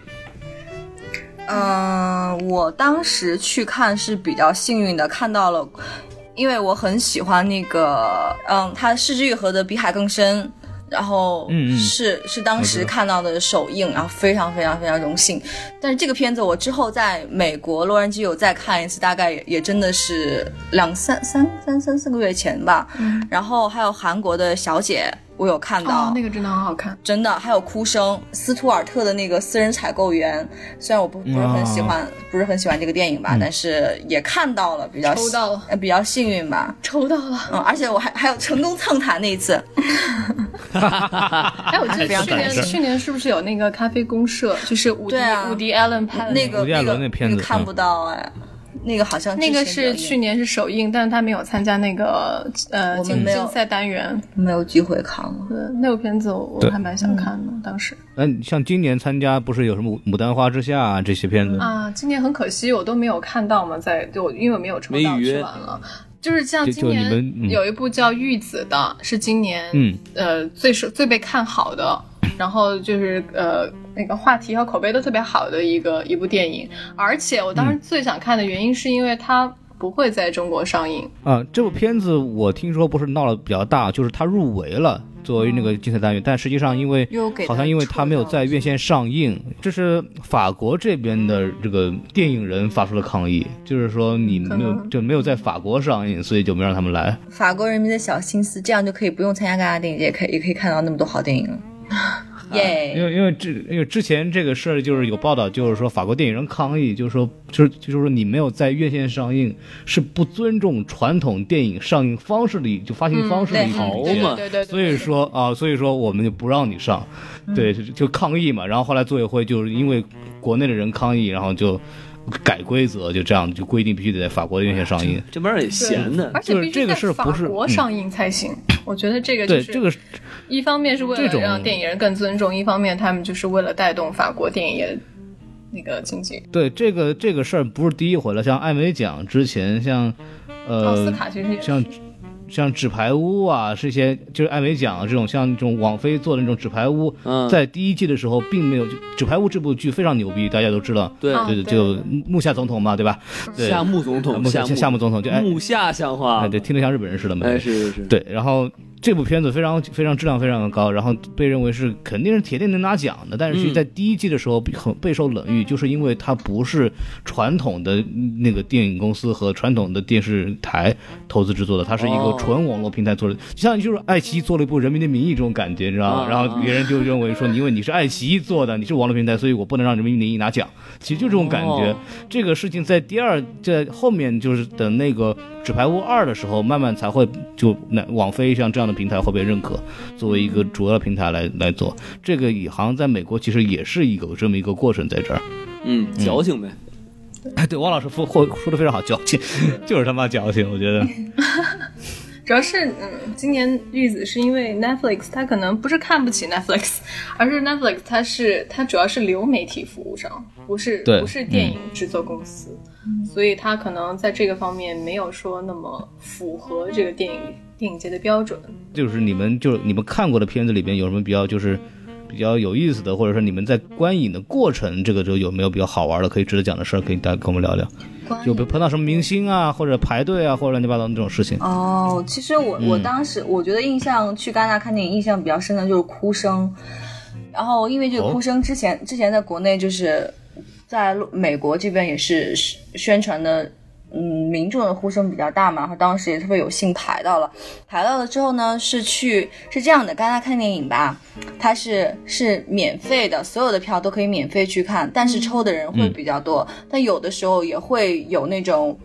嗯，我当时去看是比较幸运的，看到了，因为我很喜欢那个，嗯，他《失之愈合》的《比海更深》，然后嗯嗯是是当我知时道看到的首映，然后非常非常非常荣幸。但是这个片子我之后在美国洛杉矶有再看一次，大概也也真的是两三三三三四个月前吧。嗯然后还有韩国的小姐，我有看到、哦，那个真的很好看。真的，还有哭声，斯图尔特的那个私人采购员，虽然我不不是很喜欢，不是很喜欢这个电影吧，嗯但是也看到了，比较抽到了呃比较幸运吧，抽到了！嗯，而且我还还有成功蹭坛那一次，哎，我记得非常去感年人去年是不是有那个咖啡公社？就是伍迪对啊伍迪·艾伦拍的那个伍迪艾那个伦那片子嗯那个看不到哎，那个好像那个之前有是去年是首映，但是他没有参加那个呃我们竞没有竞赛单元。没有机会看了，对，那部片子我我对还蛮想看的，当时那你像今年参加不是有什么《牡丹花之下、啊》这些片子？啊，今年很可惜我都没有看到嘛，在就我因为我没有抽没到预约去玩了。就是像嗯就今就你们嗯年有一部叫《玉子》的，是今年嗯呃最受最被看好的，然后就是呃那个话题和口碑都特别好的一个一部电影。而且我当时最想看的原因是因为它不会在中国上映，啊，这部片子我听说不是闹得比较大，就是它入围了作为那个竞赛单元，但实际上因为嗯又给它好像因为它没有在院线上映，这是法国这边的嗯这个电影人发出了抗议，就是说你没有就没有在法国上映，所以就没让他们来。法国人民的小心思，这样就可以不用参加戛纳电影节，也可以也可以看到那么多好电影 了，啊因耶，为因为这因为之前这个事儿就是有报道，就是说法国电影人抗议，就是说就是就是说你没有在院线上映，是不尊重传统电影上映方式的一就发嗯行嗯方式的一种对体现好嘛嗯对对对，所以说啊，所以说我们就不让你上，嗯对，就就抗议嘛。然后后来组委会就是因为国内的人抗议，然后就改规则，就这样就规定必须得在法国院线上映。这帮人也闲的嗯而，且必就须是这个在事儿法不是国嗯上映才行。我觉得这个就对，是这个是一方面是为这了种让电影人更尊重，一方面他们就是为了带动法国电影业那个经济。对这个这个事儿不是第一回了，像艾美奖之前，像奥斯呃，卡其实也是像像纸牌屋啊，这些就是艾美奖这种像这种网飞做的那种纸牌屋，嗯，在第一季的时候并没有。就纸牌屋这部剧非常牛逼，大家都知道，对啊对，对就木下总统嘛，对吧？对，夏目总统，木夏下目夏目总统就哎木下像话哎，，对，听着像日本人似的嘛。哎，是是是，对，然后这部片子非常非常质量非常的高，然后被认为是肯定是铁定能拿奖的，但是其实嗯在第一季的时候很备受冷遇，就是因为它不是传统的那个电影公司和传统的电视台投资制作的，它是一个哦纯网络平台做的，就像就是爱奇艺做了一部《人民的名义》这种感觉，你知道吗？啊然后别人就认为说，你因为你是爱奇艺做的，你是网络平台，所以我不能让《人民的名义》拿奖，其实就这种感觉。哦这个事情在第二在后面就是等那个《纸牌屋二》的时候，慢慢才会就那网飞像这样的平台会被认可，作为一个主要的平台来来做。这个也好像在美国其实也是一个有这么一个过程在这儿。 嗯，矫情呗，哎，对，汪老师说说说的非常好，矫情，就是他妈矫情，我觉得。主要是嗯，今年玉子是因为 Netflix，它可能不是看不起 Netflix，而 是 Netflix 它是它主要是流媒体服务商，不是对嗯不是电影制作公司，所以它可能在这个方面没有说那么符合这个电影电影节的标准。就是你们就是你们看过的片子里边有什么比较就是比较有意思的，或者说你们在观影的过程这个时候有没有比较好玩的可以值得讲的事儿，可以大家跟我们聊聊。有没有碰到什么明星啊，或者排队啊，或者乱七八糟那种事情？哦，其实我我当时我觉得印象去戛纳看电影印象比较深的就是哭声，然后因为这个哦哭声之前、之前在国内就是在美国这边也是宣宣传的。嗯，民众的呼声比较大嘛，然后当时也特别有幸排到了，排到了之后呢，是去是这样的，戛纳看电影吧，它是是免费的，所有的票都可以免费去看，但是抽的人会嗯比较多，但有的时候也会有那种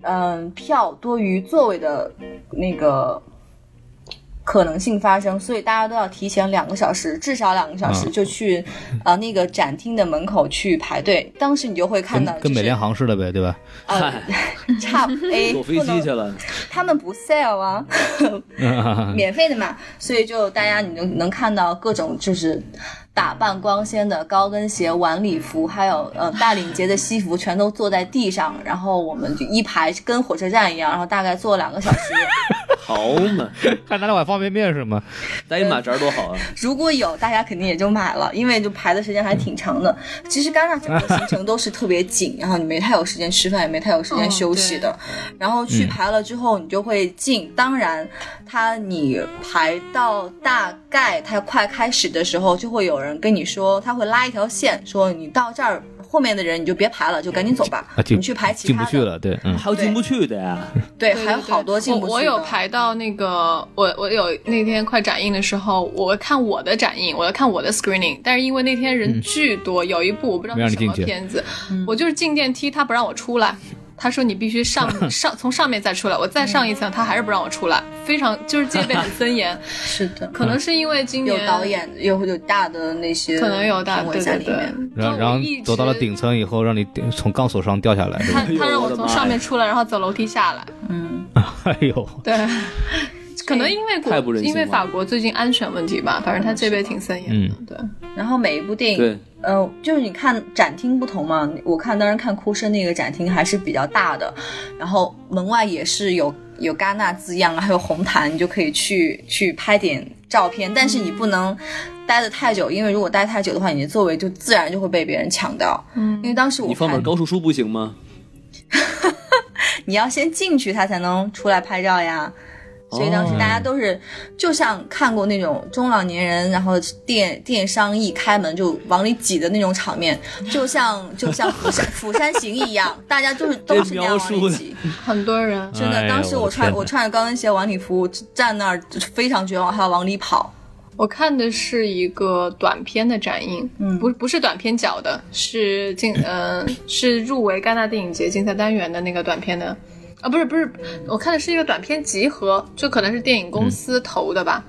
嗯，票多于座位的那个可能性发生，所以大家都要提前两个小时，至少两个小嗯时就去啊、呃那个展厅的门口去排队。当时你就会看到、跟就跟是，美联航似的呗，对吧？呃，差不哎，坐飞不能机去了，他们不 sale 啊，嗯 免费的嘛，所以就大家你能能看到各种就是打扮光鲜的高跟鞋、晚礼服，还有呃大领结的西服，全都坐在地上，然后我们就一排跟火车站一样，然后大概坐两个小时。好嘛，还拿了碗方便面是吗？带一马扎多好啊！如果有，大家肯定也就买了，因为就排的时间还挺长的。其实戛纳整个行程都是特别紧，然后你没太有时间吃饭，也没太有时间休息的。然后去排了之后，你就会进。当然，它你排到大概它快开始的时候，就会有人跟你说，他会拉一条线，说你到这儿后面的人你就别排了，就赶紧走吧，啊，进你去排其进他不的。去了，对，嗯，还有进不去的呀，对，对还有好多进不去的我我有排到那个，我我有那天快展映的时候，我看我的展映，我要看我的 screening，但是因为那天人巨多，有一部我不知道没让是你什么进去片子，嗯我就是进电梯，他不让我出来。他说：“你必须上 上从上面再出来，我再上一层，他还是不让我出来，非常就是戒备很森 严。是的，可能是因为今有年导，演，有有大的那些可能有大评委对在对里对面。，然后就然后我一直走到了顶层以后，让你顶从钢索上掉下来，是 吧他他让哎呦我我的从妈呀上面出来，然后走楼梯下来。嗯哎呦， 对，可能因为国太不人性因化了为法国最近安全问题吧，反正他戒备挺森严的。嗯对，然后每一部电影对，呃，就是你看展厅不同嘛，我看当然看哭声那个展厅还是比较大的，然后门外也是有有戛纳字样啊，还有红毯，你就可以去去拍点照片，但是你不能待得太久，因为如果待太久的话，你的座位就自然就会被别人抢到。嗯因为当时我你放本看高数书不行吗？你要先进去，他才能出来拍照呀。所哦以当时大家都是，就像看过那种中老年人，然后电电商一开门就往里挤的那种场面，就像就像釜山 釜山行一样，大家就是都是那样往里挤。很多人真哎的，呀当时我我的天穿哪我穿着高跟鞋晚礼服站那儿，就是非常绝望，还要往里跑。我看的是一个短片的展映，嗯不不是短片角的，是竞呃是入围戛纳电影节竞赛单元的那个短片的，啊不是不是，我看的是一个短片集合，就可能是电影嗯公司投的吧，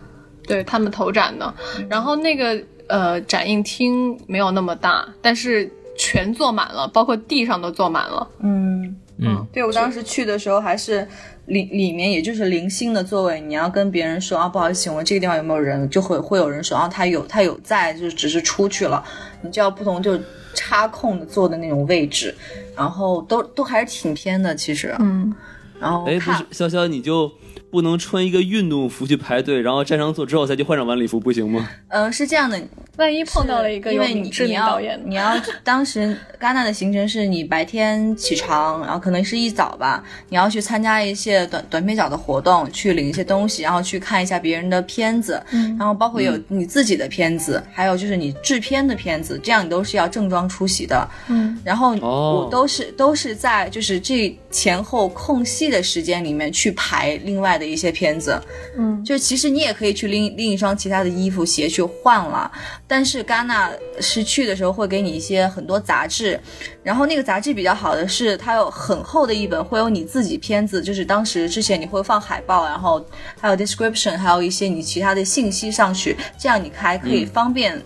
对他们投展的，然后那个呃展映厅没有那么大，但是全坐满了，包括地上都坐满了，嗯，嗯，对我当时去的时候还是里里面也就是零星的座位，你要跟别人说啊，不好意思，请问这个地方有没有人，就会会有人说啊，他有他有在，就只是出去了，你就要不同就插空的坐的那种位置，然后都都还是挺偏的其实，嗯，然后哎，不看是，潇潇你就不能穿一个运动服去排队，然后站上座之后再去换上晚礼服不行吗？嗯、呃、是这样的，万一碰到了一个因有为你名知你名要导演呢，你要当时戛纳的行程是你白天起床，然后可能是一早吧，你要去参加一些短短片角的活动，去领一些东西，然后去看一下别人的片子，嗯然后包括有你自己的片子，还有就是你制片的片子，这样你都是要正装出席的。嗯，然后哦我都是、都是在就是这前后空隙的时间里面去排另外的一些片子，嗯，就其实你也可以去拎拎一双其他的衣服鞋去换了，但是戛纳是去的时候会给你一些很多杂志，然后那个杂志比较好的是它有很厚的一本，会有你自己片子，就是当时之前你会放海报，然后还有 description，还有一些你其他的信息上去，这样你还可以方便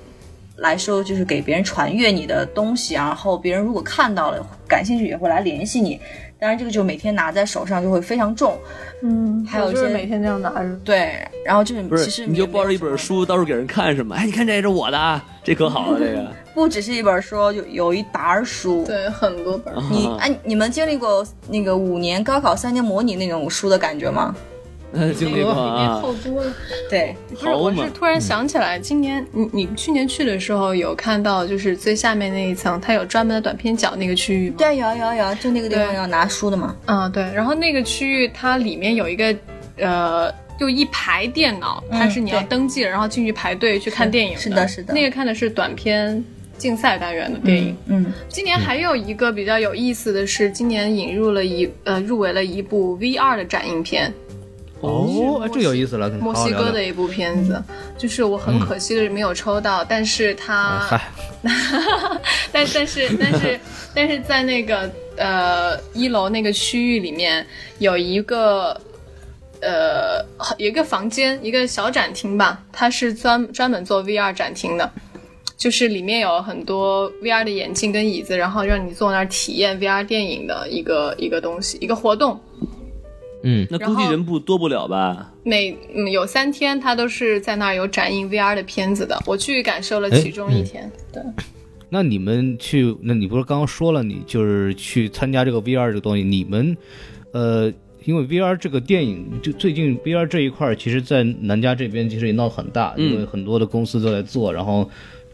来说，就是给别人传阅你的东西，然后别人如果看到了感兴趣也会来联系你。当然，这个就每天拿在手上就会非常重，嗯，还有我就是一些每天这样拿着。对。然后就是不其实是，你就没有抱着一什本么书到处给人看是吗？哎，你看这是我的啊，这可好了，这个。不只是一本书，有有一沓儿书。，对，很多本儿。你啊 哎、你们经历过那个五年高考三年模拟那种书的感觉吗？哎呃经历过 啊，厚多了。对，不是，好我嘛嗯是，突然想起来，今年你你去年去的时候有看到，就是最下面那一层，它有专门的短片角那个区域吗？，对，有有有，就那个地方对要拿书的嘛。嗯对。然后那个区域它里面有一个呃，就一排电脑，嗯它是你要对登记了，然后进去排队去看电影是的是的那个看的是短片竞赛单元的电影。嗯，今年还有一个比较有意思的是，今年引入了一呃入围了一部 VR 的展映片，哦，哎这有意思了，墨好好西聊哥聊的一部片子，就是我很可惜的是没有抽到，但是它，啊嗨 但但是但是但是在那个呃一楼那个区域里面有一个呃有一个房间，一个小展厅吧，它是专专门做 VR 展厅的，就是里面有很多 VR 的眼镜跟椅子，然后让你坐那儿体验 VR 电影的一个一个东西，一个活动。嗯，那估计人不多不了吧？每嗯有三天，它都是在那儿有展映 VR 的片子的。我去感受了哎其嗯中一天，对。那你们去，那你不是刚刚说了，你就是去参加这个 VR 这个东西，你们，呃，因为 VR 这个电影，就最近 VR 这一块儿，其实，在南加这边其实也闹得很大，因为很多的公司都在做，然后。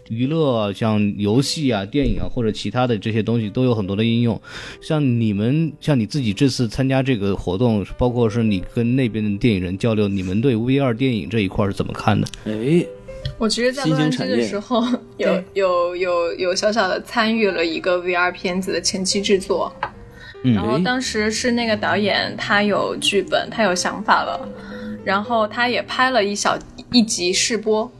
娱乐啊像游戏啊、电影啊，或者其他的这些东西都有很多的应用。像你们，像你自己这次参加这个活动，包括是你跟那边的电影人交流，你们对 VR 电影这一块儿是怎么看的？哎，我其实，在新洛杉兴矶产的业时候，有对有有有小小的参与了一个 VR 片子的前期制作，然后哎当时是那个导演他有剧本，他有想法了，然后他也拍了一小一集试播，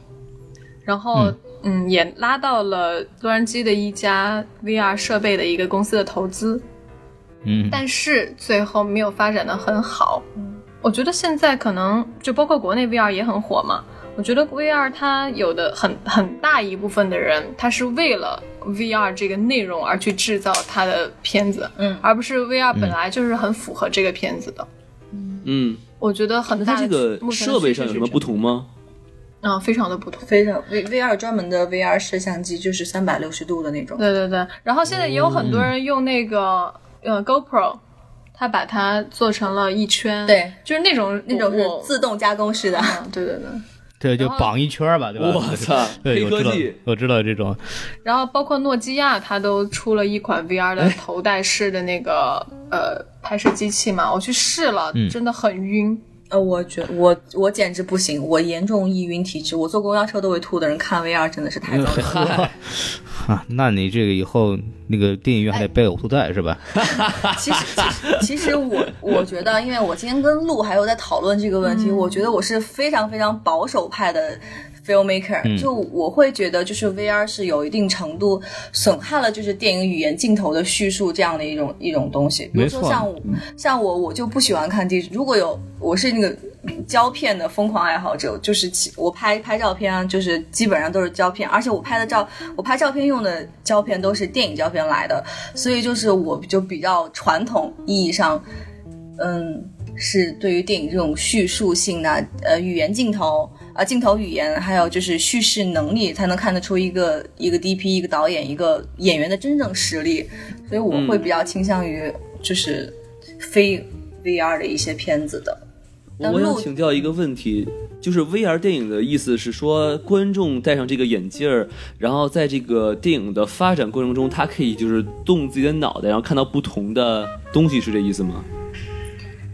然后嗯也拉到了洛杉矶的一家 VR 设备的一个公司的投资，嗯，但是最后没有发展的很好。嗯我觉得现在可能就包括国内 VR 也很火嘛。我觉得 VR 它有的很很大一部分的人，他是为了 VR 这个内容而去制造他的片子，嗯而不是 VR 本来就是很符合这个片子的。嗯，我觉得很那大它的这个目前的设备趋势上有是什么这不样？同吗？嗯，非常的不同。非常 V V R 专门的 V R 摄像机就是三百六十度的那种，对对对，然后现在也有很多人用那个、呃 GoPro，他把它做成了一圈，对，就是那种那种我是自动加工式的。嗯，对对对。对，就然后绑一圈儿吧，对吧？ 我操 对，黑我知道科技，我知道这种，然后包括诺基亚，它都出了一款 VR 的头戴式的那个、呃拍摄机器嘛，我去试了，嗯真的很晕。呃，我觉我我简直不行，我严重易晕体质，我坐公交车都会吐的人，看 VR 真的是太糟糕了。啊，那你这个以后那个电影院还得背呕吐袋是吧？ 其实其实其实我我觉得，因为我今天跟陆还有在讨论这个问题，我觉得我是非常非常保守派的。filmmaker，、就嗯我会觉得，就是 VR 是有一定程度损害了就是电影语言镜头的叙述这样的一种一种东西。比如说没错嗯像我像我，我就不喜欢看地址。如果有我是那个嗯胶片的疯狂爱好者，就是其我拍拍照片啊，就是基本上都是胶片，而且我拍的照我拍照片用的胶片都是电影胶片来的，所以就是我就比较传统意义上，嗯，是对于电影这种叙述性的呃语言镜头啊、镜头语言，还有就是叙事能力，才能看得出一个一个 DP、一个导演、一个演员的真正实力。所以我会比较倾向于就是非 VR 的一些片子的。但我想录请教一个问题，就是 VR 电影的意思是说，观众戴上这个眼镜儿，然后在这个电影的发展过程中，他可以就是动自己的脑袋，然后看到不同的东西，是这意思吗？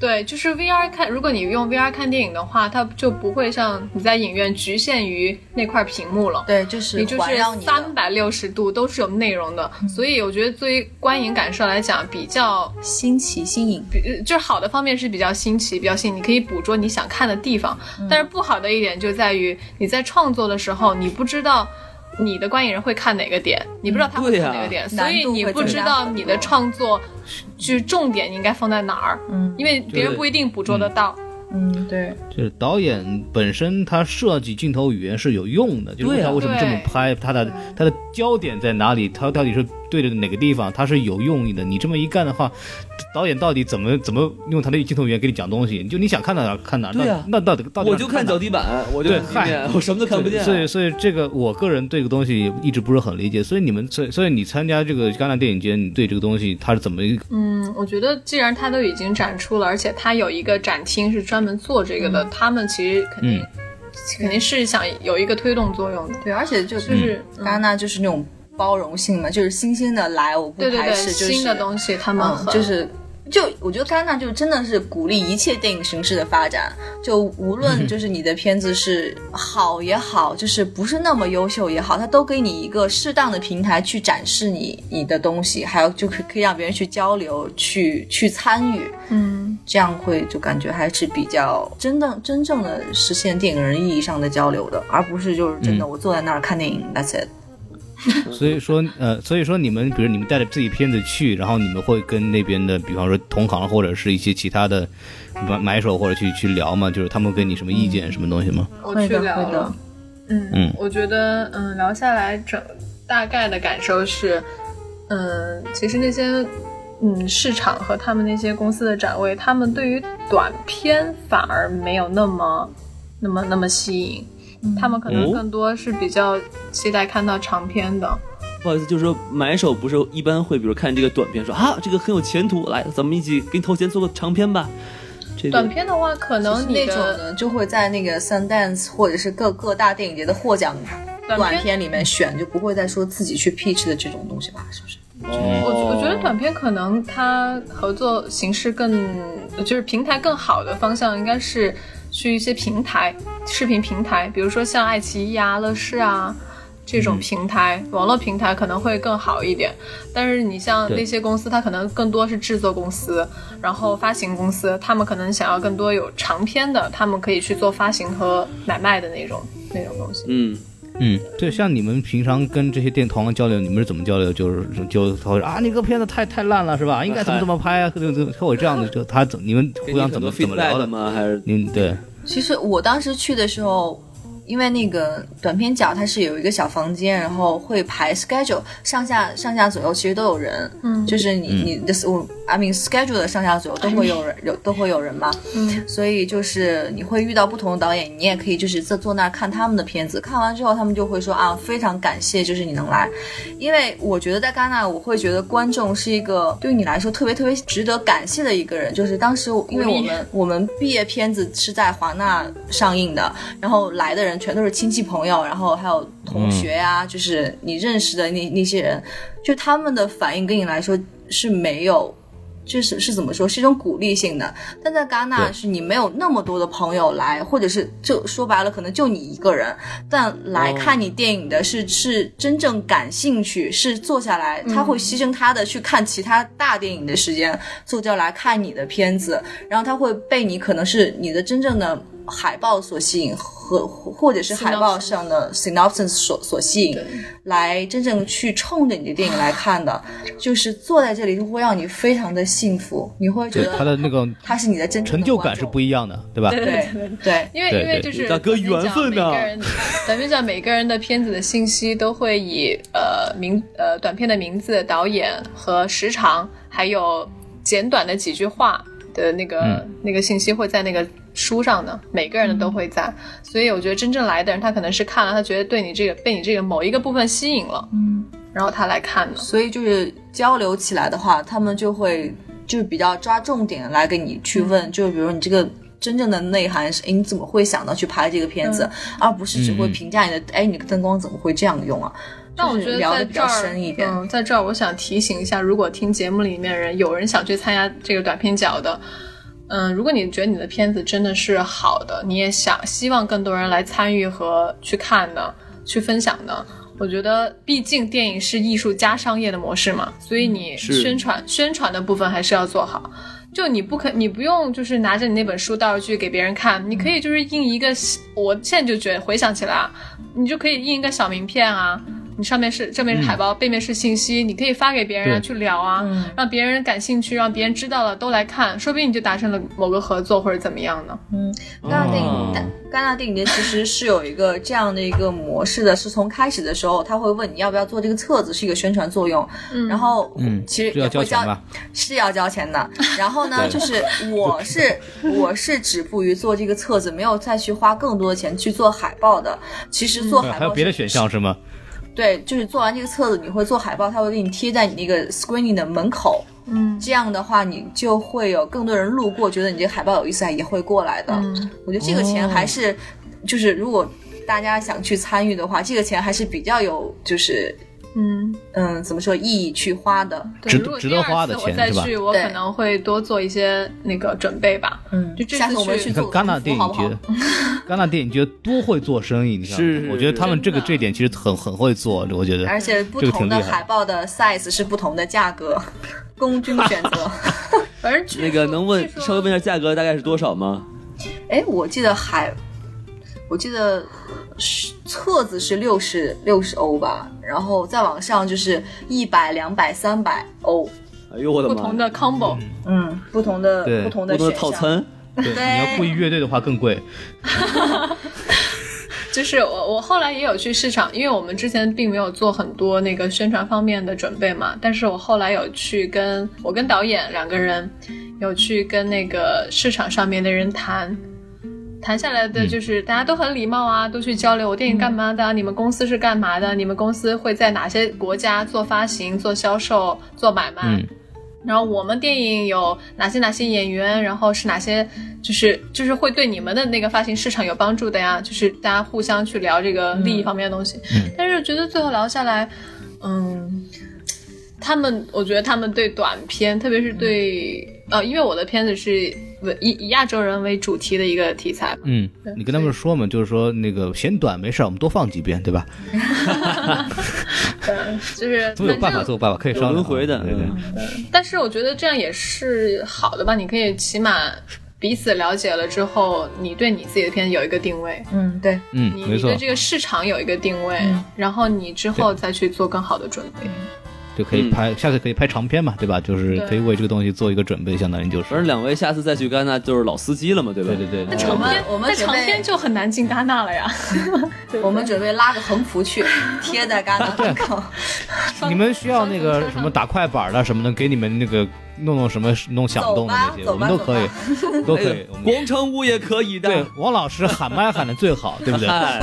对，就是 VR 看，如果你用 VR 看电影的话，它就不会像你在影院局限于那块屏幕了。对，就是你就是环绕你的嗯三百六十度都是有内容的，所以我觉得对于观影感受来讲，比较新奇、新颖。比呃就是好的方面是比较新奇、比较新，你可以捕捉你想看的地方。但是不好的一点就在于你在创作的时候，你不知道你的观影人会看哪个点，你不知道他会对看啊哪个点，所难以度你会不增知加道很你的多创作就是重点应该放在哪儿，嗯因为别人不一定捕捉得到。嗯，对，就是导演本身他设计镜头语言是有用的，就是对啊嗯他为什么这么拍，他的他的焦点在哪里，他到底是对着哪个地方，他是有用意的。你这么一干的话，导演到底怎么怎么用他的镜头语言给你讲东西？就你想看到哪儿看哪儿，对啊那那到底到底我就看哪脚儿底板，我就对看地面，我什么都看不见。啊所以，所以这个我个人对这个东西一直不是很理解。所以你们，所以所以你参加这个戛纳电影节，你对这个东西它是怎么一个嗯，我觉得既然它都已经展出了，而且它有一个展厅是专门做这个的，他们其实肯定、嗯肯定是想有一个推动作用的。啊对，而且就嗯就就是戛纳就是那种包容性嘛，就是新鲜的来，我不对对排对，斥，就是新的东西他们嗯很、，就是就我觉得戛纳就真的是鼓励一切电影形式的发展，就无嗯论就是你的片子是好也好，就是不是那么优秀也好，它都给你一个适当的平台去展示你你的东西，还有就可可以让别人去交流、去去参与，嗯。这样会就感觉还是比较真的真正的实现电影人意义上的交流的，而不是就是真的我坐在那儿看电影、t h a t s it。所以说，呃，所以说你们，比如你们带着自己片子去，然后你们会跟那边的，比方说同行或者是一些其他的买买手或者去去聊嘛，就是他们给你什么意见、什么东西吗？我会去的聊会的了。嗯嗯我觉得嗯，聊下来整大概的感受是，嗯，其实那些嗯市场和他们那些公司的展位，他们对于短片反而没有那么那么那么吸引，嗯他们可能哦更多是比较期待看到长片的。不好意思，就是说买手不是一般会，比如看这个短片说啊，这个很有前途，来，咱们一起给你投钱做个长片吧。这短个片的话，可能你那种的呢，就会在那个 Sundance 或者是各各大电影节的获奖短片短片里面选，就不会再说自己去 pitch 的这种东西吧？是不是？我觉我哦觉得短片可能它合作形式更，就是平台更好的方向应该是去一些平台，视频平台，比如说像爱奇艺啊、乐视啊这嗯种平台，网络平台可能会更好一点。但是你像对那些公司，它可能更多是制作公司，然后发行公司，他们可能想要更多有长篇的，他们可以去做发行和买卖的那种那种东西。嗯，嗯，对，像你们平常跟这些电同行交流，你们是怎么交流？就是就他会说啊，你个片子太太烂了，是吧？应该怎么怎么拍啊？就就会有这样的，就他怎你们给互你相很怎么多怎么聊 feedback 的？吗？还是您对，其实我当时去的时候，因为那个短片角它是有一个小房间，然后会排 schedule 上下上下左右，其实都有人。嗯就是你、你的我 I mean schedule 的上下左右都会有人有都会有人嘛。嗯，所以就是你会遇到不同的导演，你也可以就是在坐那儿看他们的片子，看完之后他们就会说啊，非常感谢，就是你能来，因为我觉得在戛纳，我会觉得观众是一个对你来说特别特别值得感谢的一个人。就是当时我因为我们我们毕业片子是在华纳上映的，然后来的人全都是亲戚朋友，然后还有同学呀、就是你认识的那那些人，就他们的反应跟你来说是没有。就是是怎么说，是一种鼓励性的，但在戛纳对是你没有那么多的朋友来，或者是就说白了，可能就你一个人，但来哦看你电影的是、是真正感兴趣，是坐下来，他会牺嗯牲他的去看其他大电影的时间，坐下来看你的片子，然后他会被你可能是你的真正的海报所吸引和或者是海报 Synopsis 上的 synopsis 所所吸引对，来真正去冲着你的电影来看的，就是坐在这里就会让你非常的幸福，你会觉对得他的那个他是你的真正成的就观感是众不一样的，对吧？对对对，因为对因为对就是大哥咱们讲缘分呐每个人， 咱们讲每个人的片子的信息都会以呃名呃短片的名字、导演和时长，还有简短的几句话的那个、嗯那个信息会在那个书上呢，每个人的都会在。所以我觉得真正来的人，他可能是看了，他觉得对你这个被你这个某一个部分吸引了，嗯。然后他来看的。所以就是交流起来的话，他们就会就是比较抓重点来给你去嗯问，就是比如你这个。真正的内涵是，哎，你怎么会想到去拍这个片子，而不是只会嗯嗯评价你的，哎，你的灯光怎么会这样用啊？但我就是觉得聊在得比这较儿，深一点，嗯，在这儿我想提醒一下，如果听节目里面人有人想去参加这个短片角的，嗯，如果你觉得你的片子真的是好的，你也想希望更多人来参与和去看的，去分享的。我觉得，毕竟电影是艺术加商业的模式嘛，所嗯以你是宣传宣传的部分还是要做好。就你不可，你不用就是拿着你那本书到处去给别人看，你可以就是印一个，我现在就觉得回想起来啊，你就可以印一个小名片啊，你上面是正面是海报，背面是信息，你可以发给别人啊对去聊啊，嗯让别人感兴趣，让别人知道了都来看，说不定你就达成了某个合作或者怎么样呢？戛纳电哦影，但戛纳电影节其实是有一个这样的一个模式的，是从开始的时候他会问你要不要做这个册子，是一个宣传作用，嗯然后嗯其实这要也交会钱交吧，是要交钱的。然后呢，对就是我是我是止步于做这个册子，没有再去花更多的钱去做海报的。其实做海报呃嗯还有别的是选项是吗？对，就是做完这个册子，你会做海报，它会给你贴在你那个 screening 的门口。嗯这样的话，你就会有更多人路过，觉得你这个海报有意思，啊也会过来的。嗯，我觉得这个钱还是，就是如果大家想去参与的话，这个钱还是比较有，就是嗯，嗯，怎么说意义去花的。对值如果值第得二花次的我钱再是吧去，我对可能会多做一些那个准备吧。嗯就这下次次我们去去你看做戛纳服务电好影不节好？， 戛纳电影节多会做生意，你看，是我觉得他们这个真的这一点其实很很会做，我觉得。而且不这个同挺厉的害海报的 size 是不同的价 格，供君选择。反正据那个 说能问据说稍微问一下价格大概是多少吗？哎，我记得海，我记得是册子是六十六十欧吧，然后再往上就是一百、两百、三百欧，哎呦我的不妈！同的 combo，嗯，不同的对不同不的同选的套项。餐，对，你要雇一乐队的话更贵。就是我我后来也有去市场，因为我们之前并没有做很多那个宣传方面的准备嘛，但是我后来有去跟我跟导演两个人有去跟那个市场上面的人谈。谈下来嗯的就是大家都很礼貌啊，都去交流我电影干嘛的，你们公司是干嘛的，你们公司会在哪些国家做发行、做销售、做买卖，嗯，然后我们电影有哪些哪些演员，然后是哪些，就是就是会对你们的那个发行市场有帮助的呀，就是大家互相去聊这个利益方面的东西。嗯但是觉得最后聊下来，嗯，他们我觉得他们对短片，特别是对、呃，因为我的片子是以以亚洲人为主题的一个题材嘛， 嗯，你跟他们说嘛，就是说那个嫌短没事儿，我们多放几遍，对吧？就是总有办法，反正总有办法，可以有商量轮啊回的对对。嗯但是我觉得这样也是好的吧，你可以起码彼此了解了之后，你对你自己的片子有一个定位，嗯，对，嗯你，没你错对，这个市场有一个定位，嗯然后你之后再去做更好的准备。就可以嗯拍，下次可以拍长片嘛，对吧？就是对可以为这个东西做一个准备，相当于就是反。正两位下次再去戛纳就是老司机了嘛，对吧？对对对那嗯我成们我那们准长篇备就很难进戛纳了呀，我们准备拉个横幅 去贴在戛纳门口。你们需要那个什么打快板的什么的，给你们那个弄弄什么弄响动的那些，我走吧们都走吧哎可以，都可以。我们哎广场舞也可以的。对王老师喊麦喊的最好，对不对？ 嗨，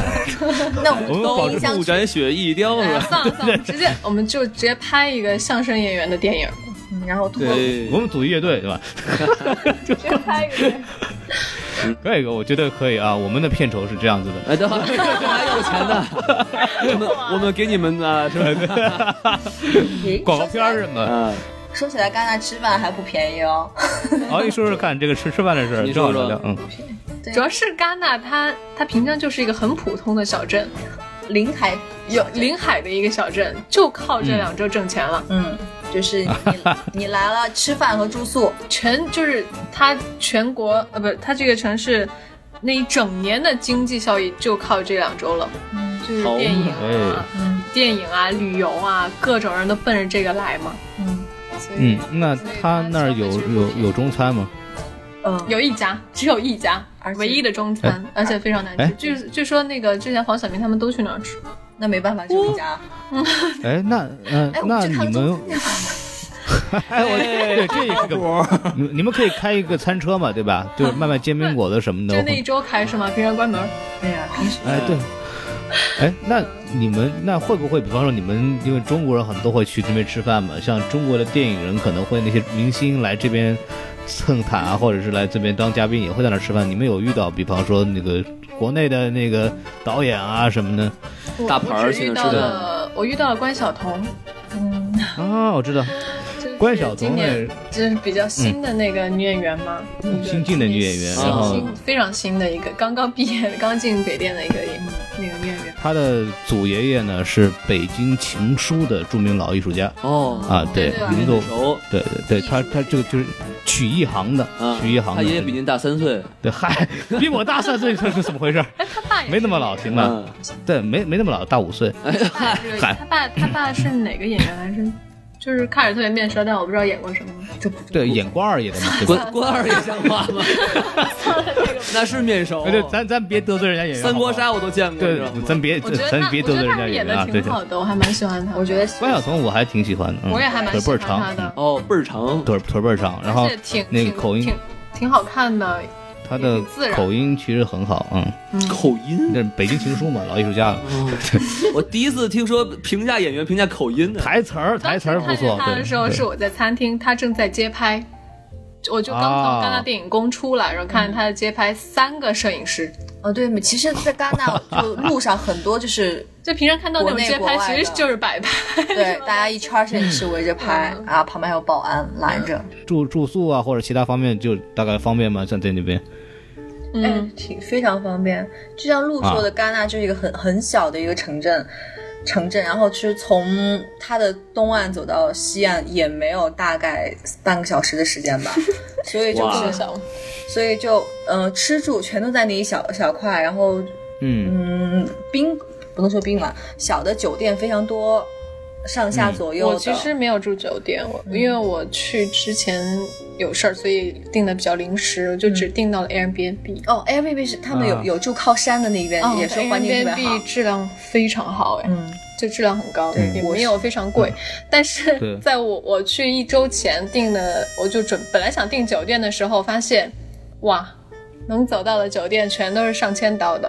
那我们我们保都持音箱不沾雪一雕啊哎呀是吧？算了算了，直接我们就直接拍一个相声演员的电影，嗯然后通过对我，们组一乐队，对吧？直接拍一个。可以，我觉得可以啊。我们的片酬是这样子的，哎，等会儿这还有钱 的，我们我们给你们啊呢，是吧？咦广告片儿什么的。啊，说起来戛纳吃饭还不便宜 哦。好，你说说看这个吃吃饭的事儿，你正好说说聊聊。嗯，对主要是戛纳它它平常就是一个很普通的小镇，临海有临海的一个小镇，就靠这两周挣钱了。嗯，就是你你来了吃饭和住宿，全就是它全国呃不，它这个城市那一整年的经济效益就靠这两周了，就是好电影哎啊、电影啊、旅游啊，各种人都奔着这个来嘛。嗯所以嗯，那他那儿有有有中餐吗？嗯，有一家，只有一家而，且唯一的中餐，而且非常难哎吃。据据说那个之前黄晓明他们都去那儿吃，那没办法，只有一家。哎，那嗯、哎，我那去看你个中们餐店吧哎，我对这也是 个，你你们可以开一个餐车嘛，对吧？就是卖卖煎饼果子什么的。就那一周开是吗？平常关门。对呀，平时哎，对。哎，那你们那会不会，比方说你们，因为中国人很多会去这边吃饭嘛，像中国的电影人可能会那些明星来这边蹭塔啊，或者是来这边当嘉宾，也会在那儿吃饭。你们有遇到，比方说那个国内的那个导演啊什么的我大牌儿我只遇现在到吃的了，我遇到了关晓彤，啊，我知道，就是关晓今彤年哎，就是比较新的那个女演员嘛，嗯一个新进的女演员新然后新非常新的一个，刚刚毕业、刚进北电的一 个演那个女演员。他的祖爷爷呢是北京情书的著名老艺术家哦，啊，对对对，名字我熟对对对，他他这个就是曲艺行的，啊，曲艺行他的。爷爷比您大三岁，对，嗨，比我大三岁，这是怎么回事？哎，他爸也是没那么老，演员行吧？嗯， 哎对，没没那么老，大五岁。他爸 是嗨他爸他爸是哪个演员还是？就是看着特别面熟，但我不知道演过什么。对，演关二爷的嘛，对吧？关关二也像话吗？那是面熟，哎对，咱咱别得罪人家演员。三国好杀我都见过，不好，你知道对，吗咱别 我觉得他，咱咱别我觉得得罪人他家演演员的啊！对挺对，好的，我还蛮喜欢他。我觉 得关晓彤我还挺喜欢的，嗯我也还蛮腿喜倍儿欢他长，嗯的，哦，倍儿长，腿腿倍儿长，然后而且挺那个挺口音挺，挺好看的。他的挺自然口音其实很好，嗯，口音。那是北京情书嘛，老艺术家了，嗯我第一次听说评价演员评价口音的，台词儿台当时词儿不看见错，他对的时候对是我在餐厅，他正在街拍，我就刚从啊戛纳电影宫出来，然后看见他的街拍三个摄影师。哦，对，其实，在戛纳就路上很多就是就平常看到那种街国内拍，国外的其实就是摆拍。对大家一圈儿摄影师围着拍啊，旁边还有保安拦着，住住宿啊或者其他方面就大概方便吗？像在那边，哎嗯，，挺非常方便。就像路啊说的，戛纳就是一个很很小的一个城镇，城镇，然后其实从它的东岸走到西岸也没有大概半个小时的 时间吧，所以就哇是所以就呃吃住全都在那一小小块，然后嗯嗯，宾不能说宾馆，小的酒店非常多，上嗯下左右的。我其实没有嗯住酒店，我因为我去之前有事儿，所以订的比较临时，我就只订到了 Airbnb。哦，Airbnb 是他们有、啊有住靠山的那边，也是环境特别好哦 Airbnb。质量非常好，哎，嗯，就质量很高，嗯也没有非常贵。嗯但对是在我我去一周前订的，我就准本来想订酒店的时候，发现哇，能走到的酒店全都是上千刀的，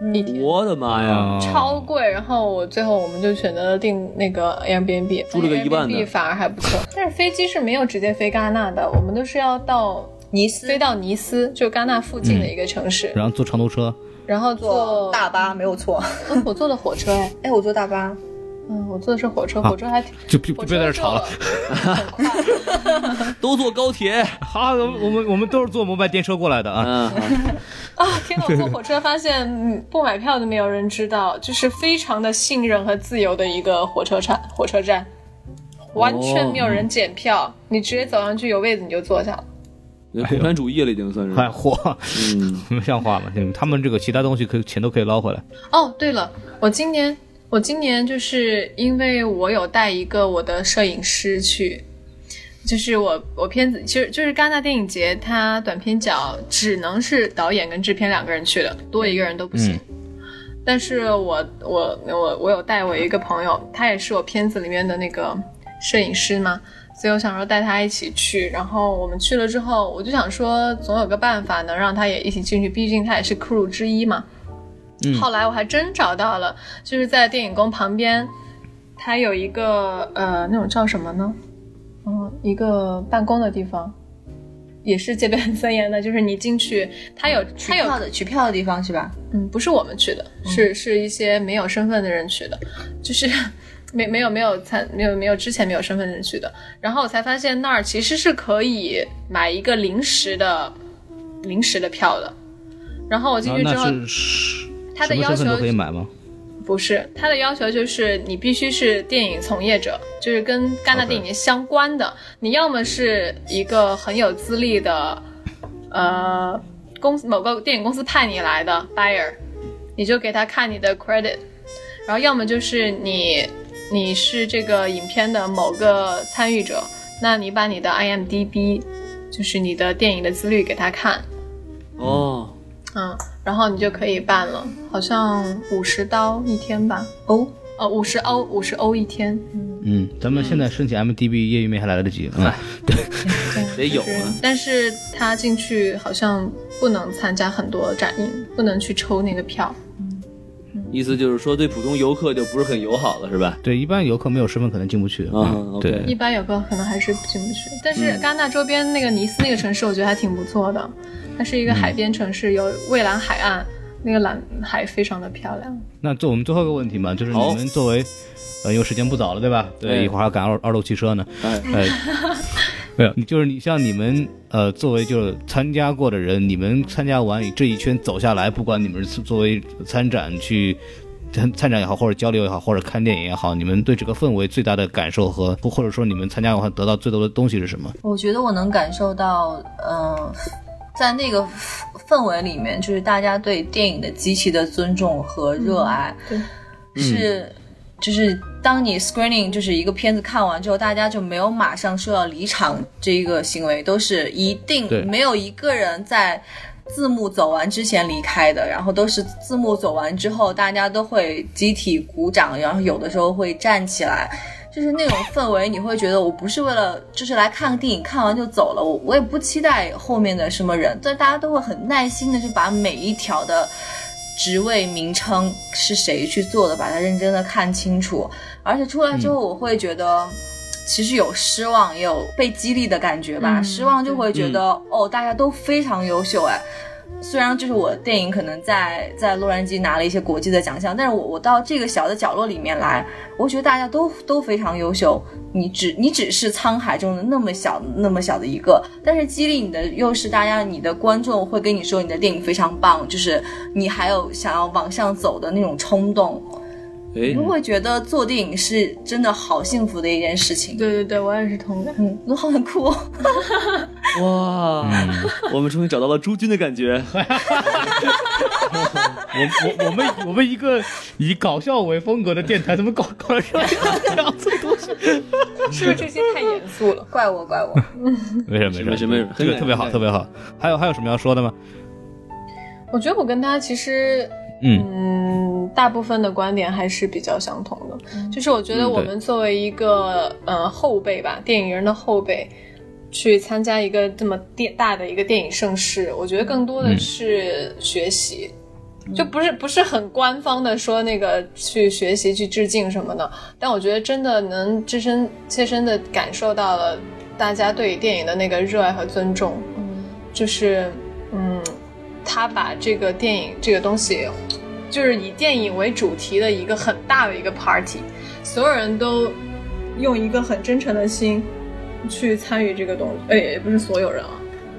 嗯一天。我的妈呀！啊超贵，然后我最后我们就选择了订那个 Airbnb，住了个一万的 Airbnb 反而还不错。但是飞机是没有直接飞戛纳的，我们都是要到尼斯飞到尼斯，就戛纳附近嗯的一个城市，然后坐长途车，然后坐坐大巴没有错。 嗯我坐的火车，哎，哎，我坐大巴，嗯，我坐的是火车，火车还挺，就别火别车在这儿吵了了。，很快，嗯都坐 高铁，好，我们我们都是坐摩拜电车过来的啊。嗯，啊！天呐，我坐火车发现，嗯，不买票都没有人知道，就是非常的信任和自由的一个火车站，火车站完全哦没有人检票，你直接走上去有位子你就坐下了。共产主义了已经算是。哎，嚯，嗯，没像话吗？他们这个其他东西可以钱都可以捞回来。哦，对了，我今年我今年就是因为我有带一个我的摄影师去。就是我，我片子其实就是戛纳电影节，它短片角只能是导演跟制片两个人去的，多一个人都不嗯行。但是我我我我有带我一个朋友，他也是我片子里面的那个摄影师嘛，所以我想说带他一起去。然后我们去了之后，我就想说总有个办法能让他也一起进去，毕竟他也是 crew 之一嘛。嗯后来我还真找到了，就是在电影宫旁边，它有一个呃那种叫什么呢？嗯，一个办公的地方，也是戒备 很森严的，就是你进去，它有取它有票的取票的地方是吧？嗯，不是我们去的，嗯是是一些没有身份的人去的，就是 没没有没有参没有没有之前没有身份的人去的。然后我才发现那儿其实是可以买一个临时的临时的票的。然后我进啊去之后，那是他的什么要身份求都可以买吗？不是，他的要求就是你必须是电影从业者，就是跟戛纳 OK 电影节相关的。你要么是一个很有资历的，呃，公司某个电影公司派你来的 buyer，你就给他看你的 credit，然后要么就是你你是这个影片的某个参与者，那你把你的 IMDB，就是你的电影的资历给他看，哦，嗯，然后你就可以办了，好像五十刀一天吧。哦，呃，五十欧，五十欧一天，嗯，咱们现在申请 MDB 业余面还来得及。嗯，得有啊。但是他进去好像不能参加很多展映，不能去抽那个票。意思就是说对普通游客就不是很友好了，是吧？对，一般游客没有身份可能进不去。啊嗯，OK 一对，般游客可能还是进不去。但是戛纳周边那个尼斯那个城市，我觉得还挺不错的，它是一个海边城市，有蔚蓝海岸，那个蓝海非常的漂亮。那最我们最后一个问题嘛，就是好你们作为，呃，因为时间不早了，对吧？对对，一会儿还赶二二路汽车呢。哎， 呃，没有，就是你像你们呃，作为就是参加过的人，你们参加完这一圈走下来，不管你们是作为参展去参参展也好，或者交流也好，或者看电影也好，你们对这个氛围最大的感受和或或者说你们参加完得到最多的东西是什么？我觉得我能感受到，嗯、在那个氛围里面，就是大家对电影的极其的尊重和热爱，嗯是。就是当你 screening 就是一个片子看完之后，大家就没有马上说要离场这一个行为，都是一定对没有一个人在字幕走完之前离开的，然后都是字幕走完之后，大家都会集体鼓掌，然后有的时候会站起来，就是那种氛围，你会觉得我不是为了就是来看个电影，看完就走了，我我也不期待后面的什么人，但大家都会很耐心的就把每一条的职位名称是谁去做的，把它认真的看清楚，而且出来之后，我会觉得。其实有失望，也有被激励的感觉吧。嗯失望就会觉得、哦，大家都非常优秀哎。虽然就是我电影可能在在洛杉矶拿了一些国际的奖项，但是我我到这个小的角落里面来，我觉得大家都都非常优秀，你只你只是沧海中的那么小那么小的一个，但是激励你的又是大家，你的观众会跟你说你的电影非常棒，就是你还有想要往上走的那种冲动。嗯哎我，会觉得做电影是真的好幸福的一件事情。，对对对，我也是同感。嗯，我好很酷、哦。哇，我们终于找到了朱军的感觉。我我我们我们一个以搞笑为风格的电台，怎么搞搞笑这样子东西？是不是这期太严肃了？怪我，怪我。没事没事没事没事这个很感人特别好，很感人特别好。还有还有什么要说的吗？我觉得我跟他其实嗯嗯，大部分的观点还是比较相同的，就是我觉得嗯我对们作为一个、呃后辈吧，电影人的后辈，去参加一个这么电大的一个电影盛世，我觉得更多的嗯是学习，就不是不是很官方的说那个去学习去致敬什么的，但我觉得真的能自身切身的感受到了大家对电影的那个热爱和尊重，嗯就是嗯，他把这个电影这个东西，就是以电影为主题的一个很大的一个 party，所有人都用一个很真诚的心去参与这个东西，哎，也不是所有人啊，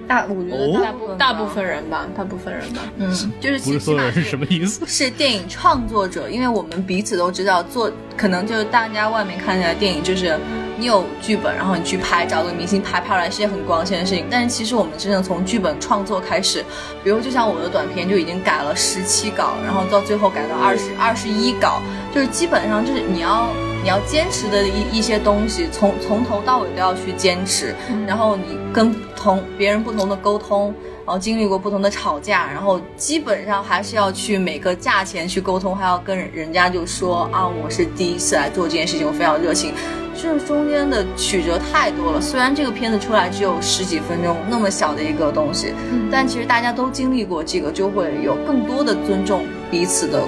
大，我觉哦得大部大部分，人吧，大部分人吧，嗯，就是不起是所起有码人是是什么意思？是电影创作者，因为我们彼此都知道做，可能就是大家外面看起来电影就是你有剧本，然后你去拍，找个明星拍，拍出来是件很光鲜的事情。但是其实我们真正从剧本创作开始，比如就像我的短片就已经改了十七稿，然后到最后改到嗯二十二十一稿，就是基本上就是你要你要坚持的一一些东西，从从头到尾都要去坚持。嗯然后你跟同别人不同的沟通，然后经历过不同的吵架，然后基本上还是要去每个价钱去沟通，还要跟人家就说啊，我是第一次来做这件事情，我非常热情。就是中间的曲折太多了，虽然这个片子出来只有十几分钟，那么小的一个东西，但其实大家都经历过这个，就会有更多的尊重彼此的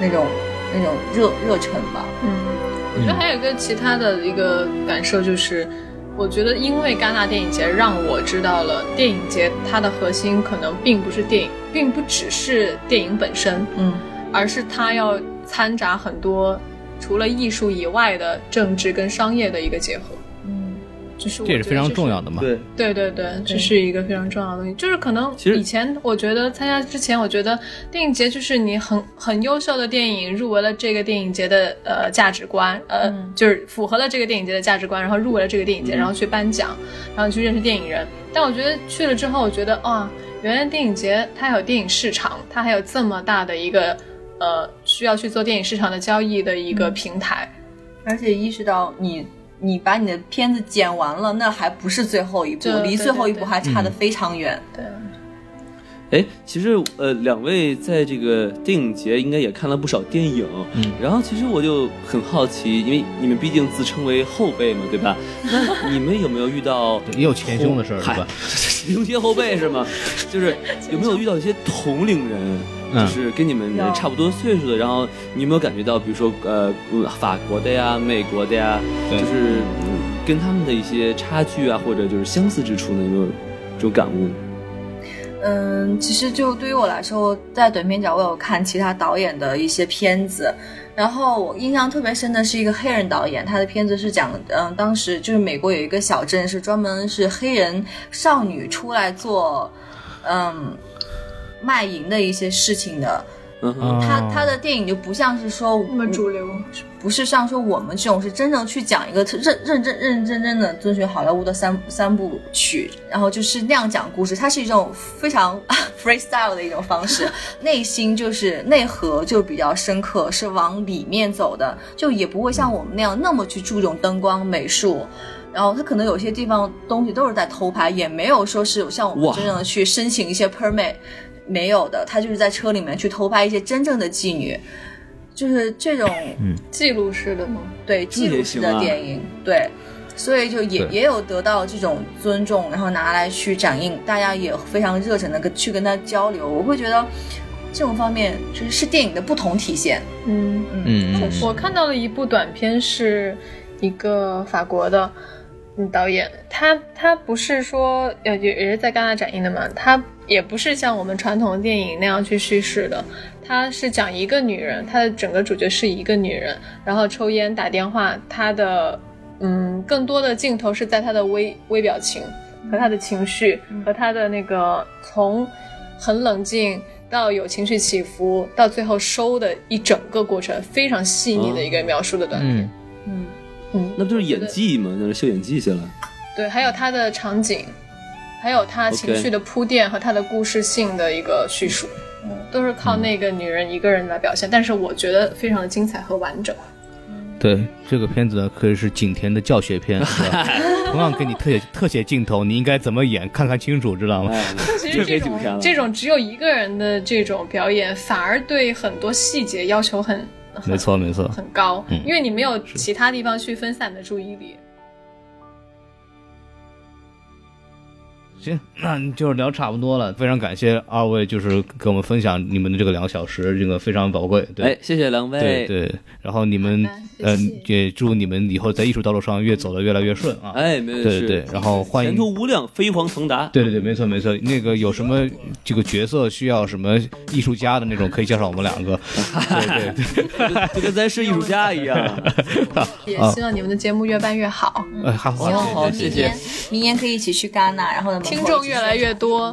那种那种热热忱吧。嗯。我觉得还有一个其他的一个感受就是，我觉得因为戛纳电影节让我知道了电影节它的核心可能并不是电影，并不只是电影本身，嗯，而是它要掺杂很多除了艺术以外的政治跟商业的一个结合。嗯，就是我这也是非常重要的。的嘛。对，对对对，这是一个非常重要的东西。就是可能其实以前我觉得参加之前，我觉得电影节就是你很很优秀的电影入围了这个电影节的呃价值观，呃、嗯就是符合了这个电影节的价值观，然后入围了这个电影节，嗯然后去颁奖，然后去认识电影人。但我觉得去了之后，我觉得啊、原来电影节它还有电影市场，它还有这么大的一个呃需要去做电影市场的交易的一个平台。而且意识到你，你把你的片子剪完了，那还不是最后一步对，对离最后一对步对还差得非常远。对，哎，其实呃，两位在这个电影节应该也看了不少电影，嗯然后其实我就很好奇，因为你们毕竟自称为后辈嘛，对吧？那你们有没有遇到也有前胸的事儿，是嗨 吧？有些后辈是吗？就是有没有遇到一些同龄人，嗯就是跟你们有差不多岁数的，然后你有没有感觉到，比如说呃，嗯法国的呀、美国的呀，就对是嗯跟他们的一些差距啊，或者就是相似之处呢？有没有这种感悟？嗯，其实就对于我来说，在短片角我有看其他导演的一些片子，然后我印象特别深的是一个黑人导演，他的片子是讲，嗯，当时就是美国有一个小镇是专门是黑人少女出来做，嗯，卖淫的一些事情的。嗯哼，啊他他的电影就不像是说那么主流。不是像说我们这种是真正去讲一个特认认真认认真真的遵循好莱坞的三三部曲，然后就是那样讲故事，它是一种非常 freestyle 的一种方式，内心就是内核就比较深刻，是往里面走的，就也不会像我们那样那么去注重灯光美术。然后它可能有些地方东西都是在偷拍，也没有说是像我们哇真正的去申请一些 permit，没有的，他就是在车里面去偷拍一些真正的妓女，就是这种记录式的吗？对这记也录式行的啊电影，对，所以就也对也有得到这种尊重，然后拿来去展映，大家也非常热忱的跟去跟他交流，我会觉得这种方面就是是电影的不同体现，嗯。嗯嗯我看到了一部短片，是一个法国的嗯导演，他他不是说呃也也是在戛纳展映的嘛，他也不是像我们传统的电影那样去叙事的，他是讲一个女人，她的整个主角是一个女人，然后抽烟打电话，她的嗯更多的镜头是在她的微微表情和她的情绪和她的那个从很冷静到有情绪起伏，到最后收的一整个过程，非常细腻的一个描述的短片。嗯，嗯嗯，那不就是演技吗？那是秀演技去了。对，还有它的场景，还有它情 OK 绪的铺垫和它的故事性的一个叙述，嗯，都是靠那个女人一个人来表现，但是我觉得非常的精彩和完整。对，这个片子呢可以是景甜的教学片，是 吧同样给你特写特写镜头，你应该怎么演，看看清楚，知道 吗？哎，其这实别这紧张种啊了这种只有一个人的这种表演，反而对很多细节要求很很没错，没错。很高，嗯因为你没有其他地方去分散你的注意力。行，那就聊差不多了。非常感谢二位，就是给我们分享你们的这个两个小时，这个非常宝贵。对，哎，谢谢两对位。对。然后你们好的，呃谢谢，也祝你们以后在艺术道路上越走得越来越顺啊。哎，没有对事对，然后欢迎前途无量，飞黄腾达。对对对，没错没错。那个有什么这个角色需要什么艺术家的那种，可以介绍我们两个。对对对， 就跟咱是艺术家 一样。也啊希望你们的节目越办越好，哎，好，希望我好，们谢明谢年。明年可以一起去戛纳，然后呢，门口听众越来越多，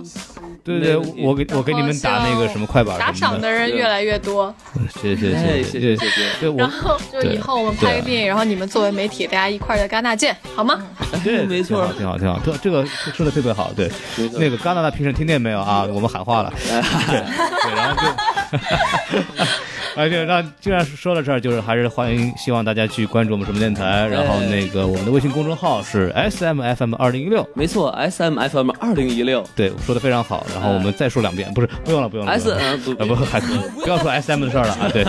对对，我给我给你们打那个什么快板打什么赏的人越来越多。谢谢谢哎，谢谢谢谢谢。对我然。后 就以后我们拍个电影，然后你们作为媒体，大家一块儿在戛纳见，好吗？对，没挺好，错。挺好，挺好。这这个说的特别好，对。那个戛纳的评审听见没有啊？我们喊话了，对对，然后就， 而且让既然说到这儿，就是还是欢迎，希望大家去关注我们什么电台，然后那个我们的微信公众号是 S M F M 二零一六，没错，S M F M 二零一六对，说的非常好。然后我们再说两遍，不是，不用了，不用了。 S 不用了哎啊嗯不不，还不要说 S M 的事儿了啊， 对，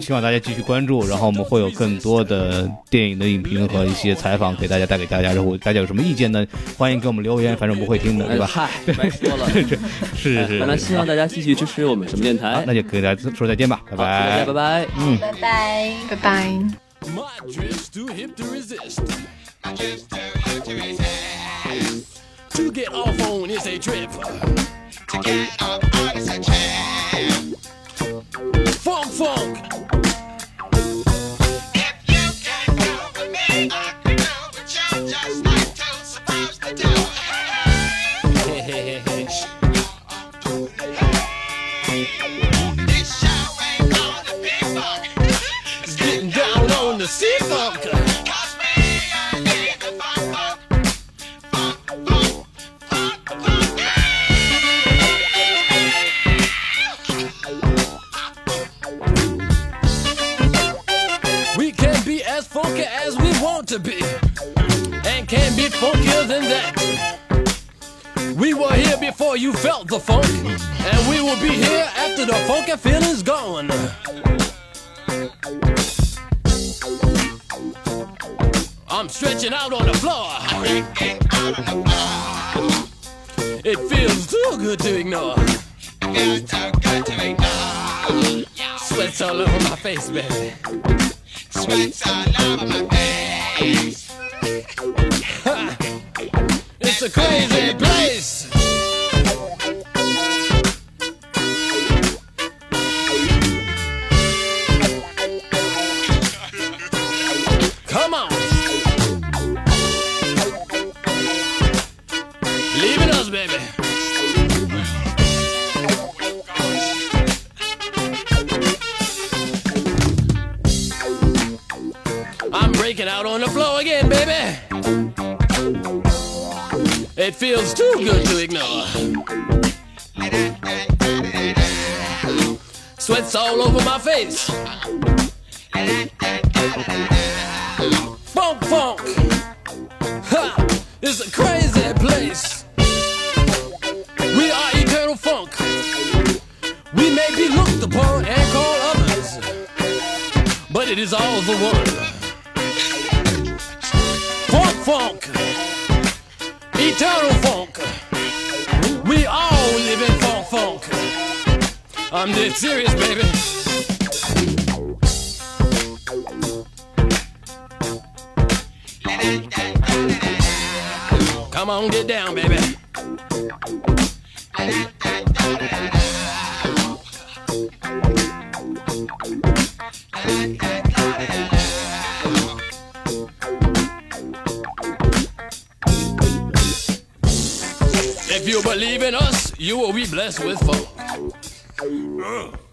希望大家继续关注，然后我们会有更多的电影的影评和一些采访给大家带给大家。如果大家有什么意见呢，欢迎给我们留言，反正我们会听的，哎对吧？嗨，白说 了。是是那是希望大家继续支持我们什么电台。好，那就跟大家说再见吧，拜好大拜家拜。拜。拜拜拜。拜。 My drift's too hip to resist. To get off on is a trip. To get off on is a trip. Funk, funk. If you can go with me, I can go with you. Just like two supposed to do. This show ain't gonna be fun. It's getting down on the sea funk. Cause we are in the funk, funk. We can be as funky as we want to be, and can be funkier than that. We were here before you felt the funk, and we will be here after the funky feeling's gone. I'm stretching out on the floor. It feels too good to ignore. Sweats all over my face, baby. Sweats all over my face. it's a crazy place. Come on. Leaving us, baby. I'm breaking out on the floor again, baby. It feels too good to ignore. Sweats all over my face. Funk, funk. Ha! It's a crazy place. We are eternal funk. We may be looked upon and called others, but it is all the one. Funk, funk. Eternal funk. We all live in funk, funk. I'm dead serious, baby. Come on, get down, baby. If you believe in us, you will be blessed with folk.